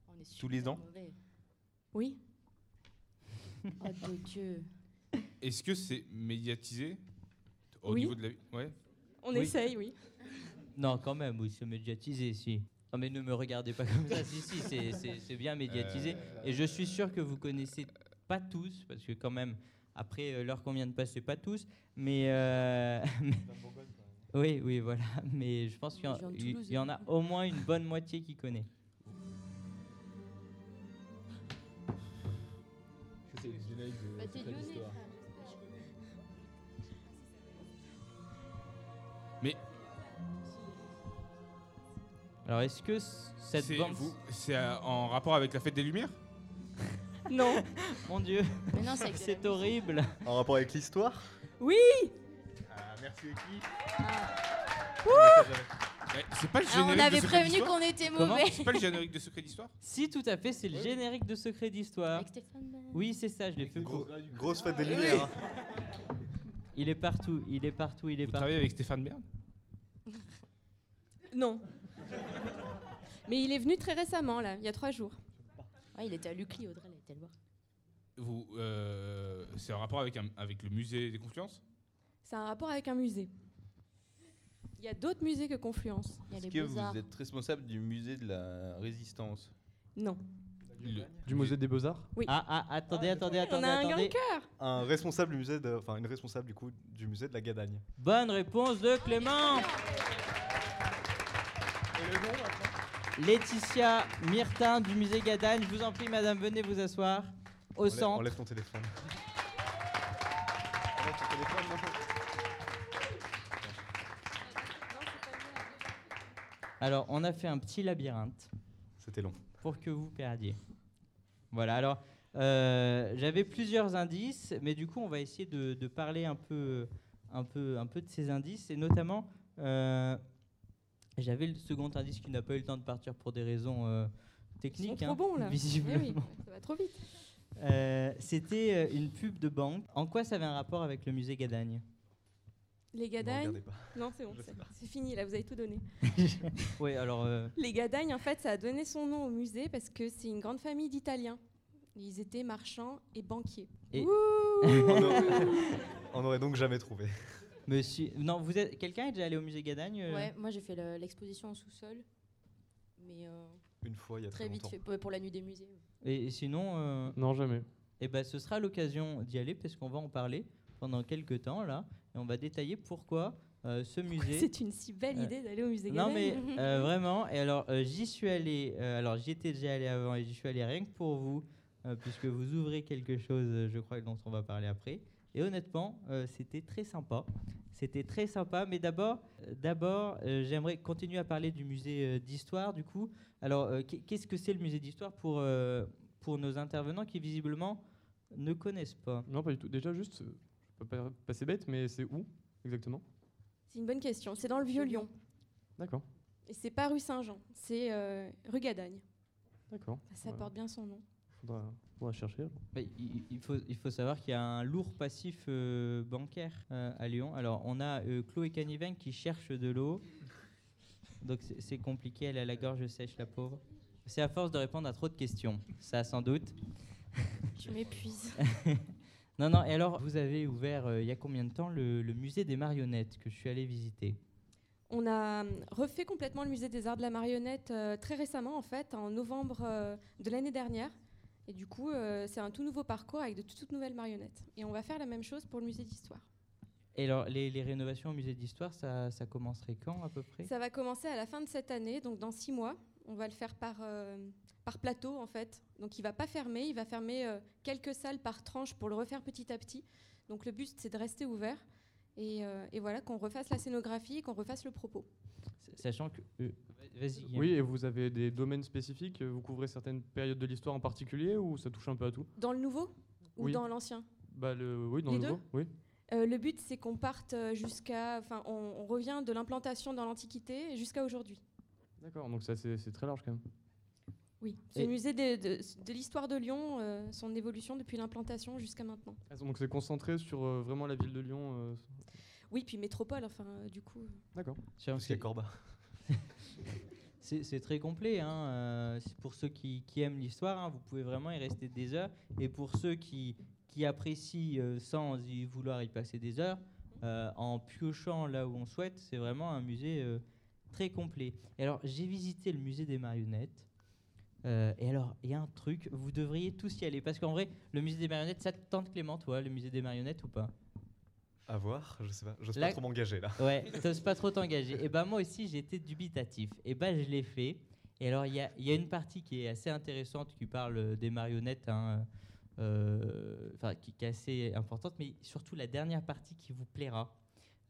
On est Tous les super ans mauvais. Oui, Oh de Dieu. Est-ce que c'est médiatisé au Oui. niveau de la ville Ouais. euh, on Oui. essaye, oui. Non, quand même, oui, c'est médiatisé, si. Non, mais ne me regardez pas comme ça. si, si, c'est- c'est c'est bien médiatisé. Et je suis sûr que vous connaissez pas tous, parce que quand même, après euh, l'heure qu'on vient de passer, pas tous, mais... euh, oui, oui, voilà. Mais je pense qu'il y en- Je viens de il Toulouse. il y, en a au moins une bonne moitié qui connaît. c'est le générique de Bah, t'es Secret lyonnais, d'Histoire. frère, j'espère. Alors, est-ce que c- cette C'est bande. vous- c'est, euh, en rapport avec la fête des Lumières Non Mon dieu, Mais non, c'est avec de la c'est musique. horrible En rapport avec l'histoire Oui Ah, merci Eki. Eh, C'est pas le Ah, générique on de avait Secret prévenu d'Histoire qu'on était Comment mauvais. C'est pas le générique de Secret d'Histoire Si, tout à fait, c'est le générique de Secret d'Histoire. Avec Stéphane Bern. Euh, Oui, c'est ça, je l'ai fait Gros- pour. grosse fête des lumières. hein. Il est partout, il est partout, il est Vous partout. travaillez avec Stéphane Bern Non. Mais il est venu très récemment, là, il y a trois jours. Ouais, Ah, il était à Lucli, Audrey, elle était le voir. Vous, euh, c'est en rapport avec, un- avec le musée des Confluences C'est un rapport avec un musée. Il y a d'autres musées que Confluence. Il y a Est-ce les que beaux-arts. vous êtes responsable du musée de la Résistance Non. Le- Du musée des Beaux-Arts Ah, ah, attendez, attendez, On attendez, a un attendez. ganker Un responsable du musée, de- enfin une responsable du coup du musée de la Gadagne. Bonne réponse de Clément Laetitia Myrtin du musée Gadagne, je vous en prie madame, venez vous asseoir au Enlève, centre. enlève ton téléphone. Enlève ton téléphone, non Alors, on a fait un petit labyrinthe C'était long. pour que vous perdiez. Voilà, alors euh, j'avais plusieurs indices, mais du coup, on va essayer de, de parler un peu, un, peu, un peu de ces indices, et notamment, euh, j'avais le second indice qui n'a pas eu le temps de partir pour des raisons euh, techniques. trop hein, bons, là. Eh Oui, Visiblement. oui, ça va trop vite. Euh, C'était euh, une pub de banque. En quoi ça avait un rapport avec le musée Gadagne Les Ne Gadagnes. regardez pas. Non, c'est bon, Je c'est c'est fini, là, vous avez tout donné. Oui, alors. euh, Les Gadagnes, en fait, ça a donné son nom au musée parce que c'est une grande famille d'Italiens. Ils étaient marchands et banquiers. Et- Ouh On aurait, on aurait donc jamais trouvé. monsieur. Non, vous êtes. Quelqu'un est déjà allé au musée Gadagne euh Ouais, moi j'ai fait le- l'exposition en sous-sol, mais euh, Une fois il y a très, très vite longtemps. fait pour pour la nuit des musées. Et, et sinon. euh, Non, jamais. Eh ben, ce sera l'occasion d'y aller parce qu'on va en parler pendant quelques temps là et on va détailler pourquoi euh, ce musée. C'est une si belle Euh, idée d'aller au musée Non Gadagne. mais euh, vraiment. Et alors euh, j'y suis allé. euh, alors j'y étais déjà allé avant et j'y suis allé rien que pour vous euh, puisque vous ouvrez quelque chose, euh, je crois, dont on va parler après. Et honnêtement, euh, c'était très sympa. C'était très sympa. Mais d'abord, euh, d'abord, euh, j'aimerais continuer à parler du musée euh, d'histoire. Du coup, alors euh, qu'est- qu'est-ce que c'est le musée d'histoire pour euh, pour nos intervenants qui visiblement ne connaissent pas. Non, pas du tout. Déjà, juste, euh, je peux pas passer bête, mais c'est où exactement C'est une bonne question. C'est dans le vieux Lyon. D'accord. Et c'est pas rue Saint-Jean, c'est euh, rue Gadagne. D'accord. Ça Voilà. porte bien son nom. Faudra, faudra chercher. alors. Mais i- i- Bah, il, faut, il faut savoir qu'il y a un lourd passif euh, bancaire euh, à Lyon. Alors, on a euh, Chloé Caniven qui cherche de l'eau. Donc, c'est- c'est compliqué, elle a la gorge sèche, la pauvre. C'est à force de répondre à trop de questions, ça sans doute. Je m'épuise. Non, non, et alors, vous avez ouvert euh, il y a combien de temps le, le musée des marionnettes que je suis allé visiter On a hum, refait complètement le musée des arts de la marionnette euh, très récemment, en fait, en novembre euh, de l'année dernière. Et du coup, euh, c'est un tout nouveau parcours avec de tout- toutes nouvelles marionnettes. Et on va faire la même chose pour le musée d'histoire. Et alors, les, les rénovations au musée d'histoire, ça, ça commencerait quand à peu près Ça va commencer à la fin de cette année, donc dans six mois. On va le faire par, euh, par plateau, en fait. Donc il va pas fermer, il va fermer euh, quelques salles par tranche pour le refaire petit à petit. Donc le but, c'est de rester ouvert. Et, euh, et voilà, qu'on refasse la scénographie, et qu'on refasse le propos. Sachant que. euh, Vas-y. Guillaume. Oui, et vous avez des domaines spécifiques Vous couvrez certaines périodes de l'histoire en particulier ou ça touche un peu à tout Dans le nouveau ou Oui. dans l'ancien Bah, le, oui, dans Les le deux nouveau, oui. Euh, le but, c'est qu'on parte euh, jusqu'à. Enfin, on, on revient de l'implantation dans l'Antiquité jusqu'à aujourd'hui. D'accord, donc ça c'est c'est très large quand même. Oui. C'est Et- le musée des- de, de l'histoire de Lyon, euh, son évolution depuis l'implantation jusqu'à maintenant. Ah, Donc c'est concentré sur euh, vraiment la ville de Lyon. euh, Oui, puis métropole, enfin, euh, du coup. euh, D'accord. Sachant Parce qu'il y que- a Corba. C'est c'est très complet. hein, euh, c'est pour ceux qui, qui aiment l'histoire, hein, vous pouvez vraiment y rester des heures. Et pour ceux qui, qui apprécient euh, sans y vouloir y passer des heures, euh, en piochant là où on souhaite, c'est vraiment un musée euh, très complet. Et alors, j'ai visité le musée des marionnettes. Euh, et alors, il y a un truc, vous devriez tous y aller. Parce qu'en vrai, le musée des marionnettes, ça te tente Clément, toi, le musée des marionnettes ou pas À voir, je sais pas. J'ose La- pas trop m'engager là. Ouais, t'oses pas trop t'engager. Et ben moi aussi, j'étais dubitatif. Et ben je l'ai fait. Et alors, il y a, il y a une partie qui est assez intéressante qui parle euh, des marionnettes. hein, euh, enfin, qui, qui est assez importante, mais surtout la dernière partie qui vous plaira.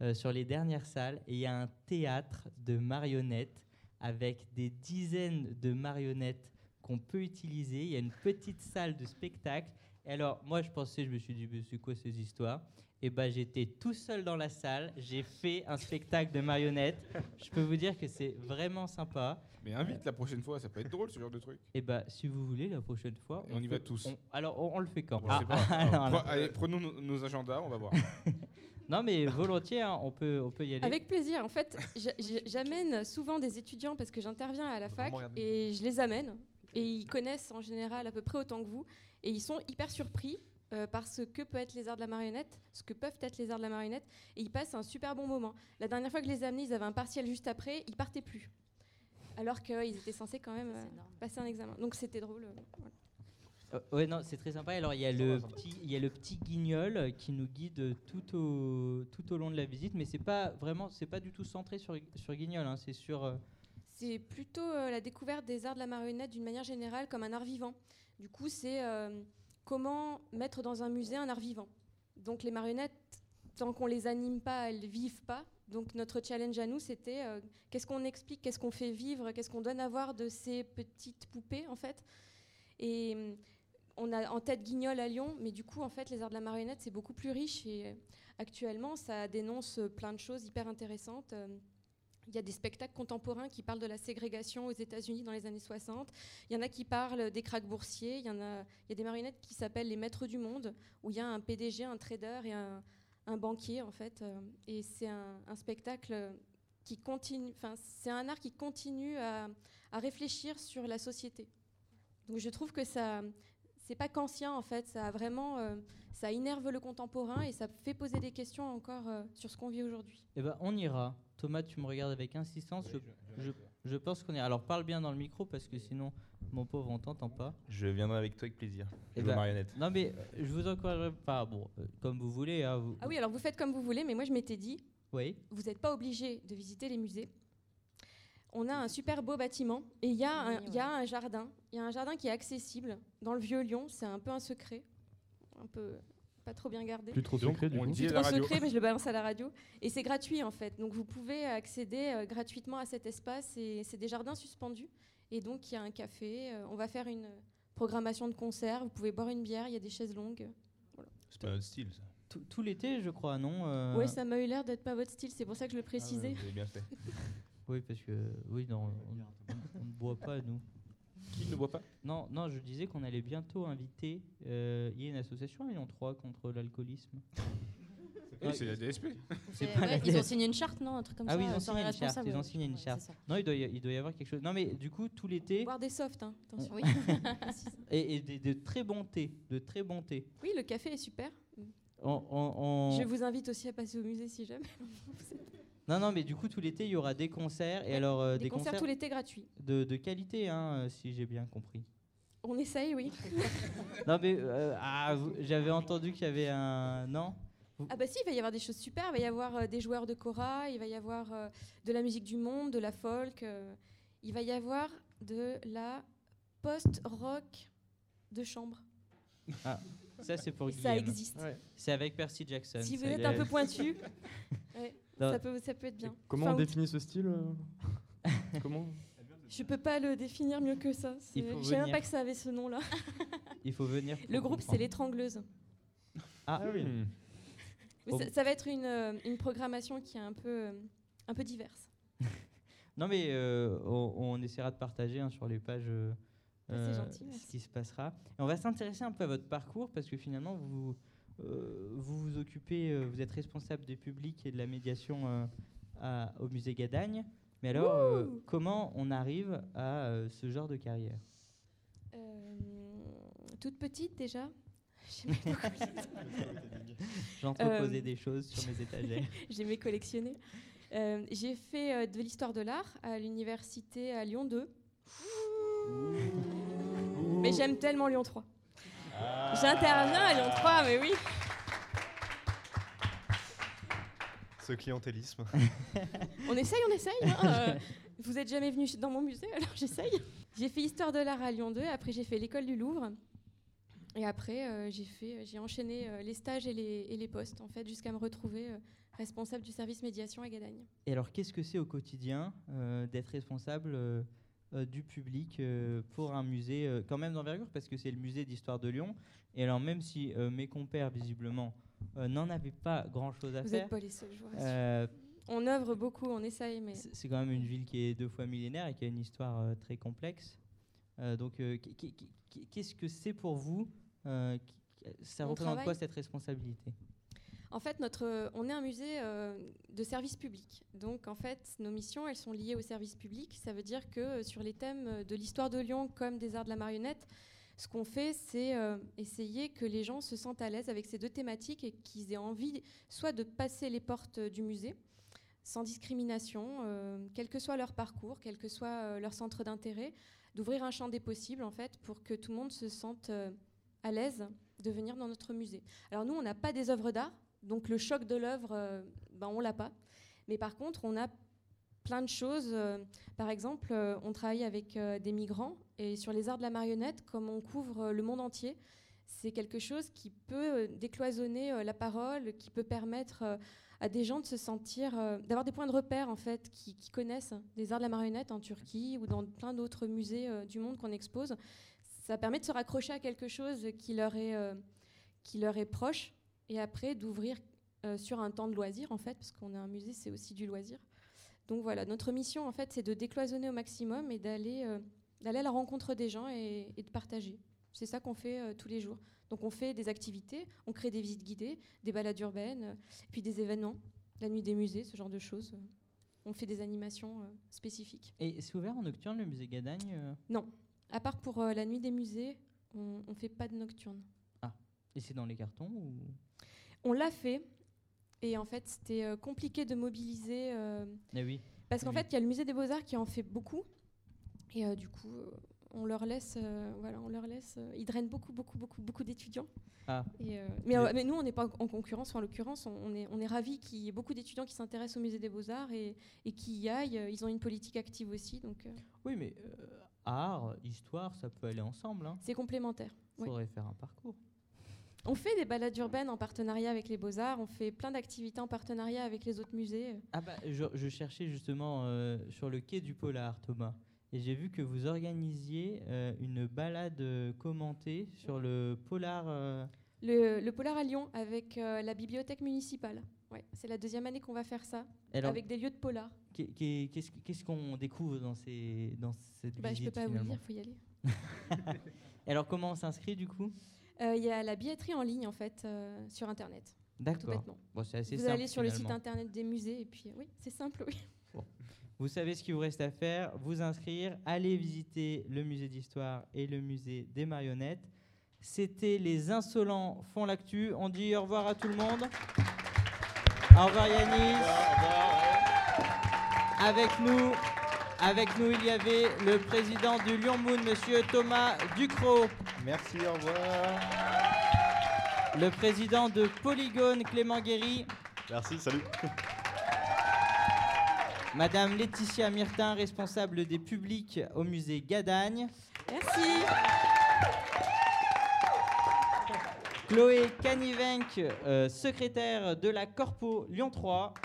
euh, sur les dernières salles, et il y a un théâtre de marionnettes avec des dizaines de marionnettes qu'on peut utiliser. Il y a une petite salle de spectacle. Et alors, moi, je pensais, je me suis dit, mais c'est quoi ces histoires Et ben, j'étais tout seul dans la salle. J'ai fait un spectacle de marionnettes. Je peux vous dire que c'est vraiment sympa. Mais invite la prochaine fois, ça peut être drôle ce genre de truc. Et ben, si vous voulez, la prochaine fois, Et on y va peut- tous. on- alors, on, on le fait quand Je Ah, sais pas. ah, Alors, non, non. pre- Allez, prenons nos, nos agendas, on va voir. Non, mais volontiers, hein, on peut, on peut y aller. Avec plaisir. En fait, j'a- j'a- j'amène souvent des étudiants parce que j'interviens à la fac Vraiment regarder. et je les amène. Et ils connaissent en général à peu près autant que vous. Et ils sont hyper surpris euh, par ce que peut être les arts de la marionnette, ce que peuvent être les arts de la marionnette. Et ils passent un super bon moment. La dernière fois que je les ai amenés, ils avaient un partiel juste après, ils partaient plus. Alors qu'ils étaient censés quand même Ça, c'est euh, énorme. passer un examen. Donc c'était drôle. euh, voilà. Euh, ouais, non, c'est très sympa. Alors, il y, a le petit, il y a le petit guignol euh, qui nous guide euh, tout au, tout au long de la visite, mais c'est pas vraiment, c'est pas du tout centré sur, sur guignol, hein, c'est sur. euh, C'est plutôt euh, la découverte des arts de la marionnette d'une manière générale comme un art vivant. Du coup, c'est euh, comment mettre dans un musée un art vivant. Donc les marionnettes, tant qu'on les anime pas, elles vivent pas. Donc notre challenge à nous, c'était euh, qu'est-ce qu'on explique, qu'est-ce qu'on fait vivre, qu'est-ce qu'on donne à voir de ces petites poupées en fait. Et euh, on a en tête Guignol à Lyon, mais du coup, en fait, les arts de la marionnette, c'est beaucoup plus riche. Et euh, actuellement, ça dénonce euh, plein de choses hyper intéressantes. Euh, Il y a des spectacles contemporains qui parlent de la ségrégation aux États-Unis dans les années 60. Il y en a qui parlent des cracks boursiers. Il y, en a, il y a des marionnettes qui s'appellent les maîtres du monde, où il y a un PDG, un trader et un, un banquier, en fait. Euh, Et c'est un, un spectacle qui continue. Enfin, c'est un art qui continue à, à réfléchir sur la société. Donc, je trouve que ça, c'est pas kantien en fait, ça a vraiment, euh, ça innerve le contemporain et ça fait poser des questions encore euh, sur ce qu'on vit aujourd'hui. Eh ben, on ira. Thomas, tu me regardes avec insistance. je, je, je pense qu'on ira. Alors, parle bien dans le micro parce que sinon, mon pauvre, on t'entend pas. Je viendrai avec toi avec plaisir. Eh Je ben, marionnette. non, mais euh, je vous encouragerai pas. Bon, euh, comme vous voulez. hein, vous- Ah oui, alors vous faites comme vous voulez, mais moi je m'étais dit, Oui. vous n'êtes pas obligé de visiter les musées. On a un super beau bâtiment et il y, a un- il y a un jardin. Il y a un jardin qui est accessible dans le vieux Lyon. C'est un peu un secret, un peu pas trop bien gardé. Plus trop Donc, secret du on coup. le dit à la trop radio. secret, mais je le balance à la radio. Et c'est gratuit en fait. Donc vous pouvez accéder euh, gratuitement à cet espace. Et c'est des jardins suspendus. Et donc il y a un café. euh, on va faire une programmation de concert. Vous pouvez boire une bière. Il y a des chaises longues. C'est pas notre style, ça. Tout, tout l'été, je crois, non euh, Ah. Ouais, ça m'a eu l'air d'être pas votre style. C'est pour ça que je le précisais. Vous avez bien fait. Oui, parce que. Oui, non, on- on ne boit pas, nous. Qui ne boit pas Non, non, je disais qu'on allait bientôt inviter. euh, Il y a une association à Lyon 3 contre l'alcoolisme. Oui, C'est la DSP. C'est- pas ouais, la ils ont DSP. signé une charte, non Un truc comme Ah ça. oui, ils ont euh, signé une charte, irresponsable, ils ont ouais, signé une ouais, c'est charte. ça. Non, il doit, y, il doit y avoir quelque chose. Non, mais du coup, tout l'été. Boire des softs. hein, attention. Oui. Et, et des- de, très bons thés. De très bons thés. Oui, le café est super. On- on- on- Je vous invite aussi à passer au musée si jamais. Non, non, mais du coup, tout l'été, il y aura des concerts. Et alors, euh, Des, concerts, tout l'été gratuits. de, de qualité, hein, euh, si j'ai bien compris. On essaye, oui. Non, mais euh, ah, vous- j'avais entendu qu'il y avait un. Non Ah bah si, il va y avoir des choses super. Il va y avoir euh, des joueurs de kora, il va y avoir euh, de la musique du monde, de la folk. euh, il va y avoir de la post-rock de chambre. Ça, c'est pour Ça Guillaume. existe. C'est avec Percy Jackson. Si vous Ah, ça, êtes il un est- Ah. peu pointu, Non. ça, peut, ça peut être Et bien. Comment Enfin, on définit ce style euh Comment Je peux pas le définir mieux que ça. c'est- Il faut Je savais même venir. pas que ça avait ce nom-là. Il faut venir. pour Le groupe, c'est comprendre. l'étrangleuse. Ah, Mais Oh. Ça, ça va être une, euh, une programmation qui est un peu, euh, un peu diverse. Non, mais euh, on, on essaiera de partager hein, sur les pages euh, Ah, c'est euh, gentil, ce merci. qui se passera. Et on va s'intéresser un peu à votre parcours parce que finalement, vous euh, vous, vous occupez, euh, vous êtes responsable des publics et de la médiation euh, à- au musée Gadagne. Mais alors, euh, Wouh comment on arrive à euh, ce genre de carrière Euh, toute petite déjà. J'aimais beaucoup les J'entreposais Euh, des choses sur mes étagères. J'aimais collectionner. Euh, j'ai fait euh, de l'histoire de l'art à l'université à Lyon 2. Mais j'aime tellement Lyon 3. J'interviens à Lyon 3, mais oui. Ce clientélisme. On essaye, on essaye. hein, euh, vous êtes jamais venu dans mon musée, alors j'essaye. J'ai fait histoire de l'art à Lyon 2. Après, j'ai fait l'école du Louvre. Et après, euh, j'ai fait, j'ai enchaîné euh, les stages et les, et les postes, en fait, jusqu'à me retrouver euh, responsable du service médiation à Gadagne. Et alors, qu'est-ce que c'est au quotidien euh, d'être responsable euh, euh, du public euh, pour un musée, euh, quand même d'envergure, parce que c'est le musée d'histoire de Lyon. Et alors, même si euh, mes compères, visiblement, euh, n'en avaient pas grand-chose à Vous faire, n'êtes pas les seuls, je vous rassure. euh, On œuvre beaucoup, on essaye, mais c'est c'est quand même une ville qui est deux fois millénaire et qui a une histoire euh, très complexe. Euh, donc, euh, qui- qui- qui- qui- qu'est-ce que c'est pour vous euh, qui- Ça Mon représente quoi travail cette responsabilité En fait, notre, on est un musée euh, de service public. Donc, en fait, nos missions, elles sont liées au service public. Ça veut dire que euh, sur les thèmes de l'histoire de Lyon comme des arts de la marionnette, ce qu'on fait, c'est euh, essayer que les gens se sentent à l'aise avec ces deux thématiques et qu'ils aient envie soit de passer les portes euh, du musée sans discrimination, euh, quel que soit leur parcours, quel que soit euh, leur centre d'intérêt, d'ouvrir un champ des possibles, en fait, pour que tout le monde se sente euh, à l'aise de venir dans notre musée. Alors nous, on n'a pas des œuvres d'art, donc le choc de l'œuvre, euh, ben, on l'a pas. Mais par contre, on a plein de choses. euh, par exemple, euh, on travaille avec euh, des migrants et sur les arts de la marionnette, comme on couvre euh, le monde entier, c'est quelque chose qui peut euh, décloisonner euh, la parole, qui peut permettre euh, à des gens de se sentir, euh, d'avoir des points de repère en fait, qui, qui connaissent des arts de la marionnette en Turquie ou dans plein d'autres musées euh, du monde qu'on expose. Ça permet de se raccrocher à quelque chose qui leur est, euh, qui leur est proche et après d'ouvrir euh, sur un temps de loisir en fait, parce qu'on est un musée, c'est aussi du loisir. Donc voilà, notre mission en fait, c'est de décloisonner au maximum et d'aller euh, d'aller à la rencontre des gens et, et de partager. C'est ça qu'on fait euh, tous les jours. Donc on fait des activités, on crée des visites guidées, des balades urbaines, euh, et puis des événements, la nuit des musées, ce genre de choses. euh. On fait des animations euh, spécifiques. Et c'est ouvert en nocturne, le musée Gadagne euh, À part pour euh, la nuit des musées, on ne fait pas de nocturne. Et c'est dans les cartons ou... On l'a fait, et en fait c'était euh, compliqué de mobiliser euh, Ah oui. Parce qu'en Oui. fait, il y a le musée des Beaux-Arts qui en fait beaucoup. Et euh, du coup, euh, on leur laisse. euh, voilà, on leur laisse. euh, ils drainent beaucoup, beaucoup, beaucoup, beaucoup d'étudiants. Ah. Et, euh, mais, Et- euh, mais nous, on n'est pas en concurrence. En l'occurrence, on, on est, on est ravis qu'il y ait beaucoup d'étudiants qui s'intéressent au musée des Beaux-Arts et, et qui y aillent. Ils ont une politique active aussi, donc euh, Oui, mais euh, art, histoire, ça peut aller ensemble. Hein. c'est complémentaire. Oui. Faudrait faire un parcours. On fait des balades urbaines en partenariat avec les Beaux-Arts. On fait plein d'activités en partenariat avec les autres musées. euh, Ah bah, je, je cherchais justement euh, sur le quai du Polar, Thomas, et j'ai vu que vous organisiez euh, une balade euh, commentée sur le Polar. euh, Le, le Polar à Lyon avec euh, la bibliothèque municipale. Ouais, c'est la deuxième année qu'on va faire ça, Alors, avec des lieux de Polar. qu'est- qu'est- qu'est-ce qu'est-ce qu'on découvre dans, ces, dans cette Bah, je peux visite pas vous le finalement dire, faut y aller. Et Alors, comment on s'inscrit du coup Euh, Il y a la billetterie en ligne en fait euh, sur internet, tout D'accord. bêtement. Bon, c'est assez Vous simple. allez sur le site finalement. internet des musées et puis euh, oui, c'est simple. Oui. Vous savez ce qu'il vous reste à faire, vous inscrire, aller visiter le musée d'histoire et le musée des marionnettes. C'était Les Insolents font l'actu. On dit au revoir à tout le monde. Au revoir Yanis. Avec nous, avec nous, il y avait le président du Lyon Moon, monsieur Thomas Ducrot. Merci, au revoir. Le président de Polygone, Clément Guéry. Merci, salut. Madame Laetitia Myrtin, responsable des publics au musée Gadagne. Merci. Chloé Canivenc, euh, secrétaire de la Corpo Lyon 3.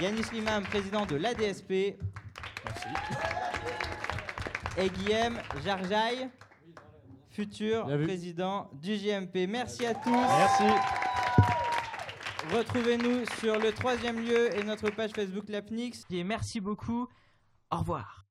Yanis Limam, président de l'ADSP. Merci. Et Guillaume Jarjaille, futur Bien vu. président du JMP. Merci à tous. Merci. Retrouvez-nous sur le troisième lieu et notre page Facebook Lapnix. Et merci beaucoup. Au revoir.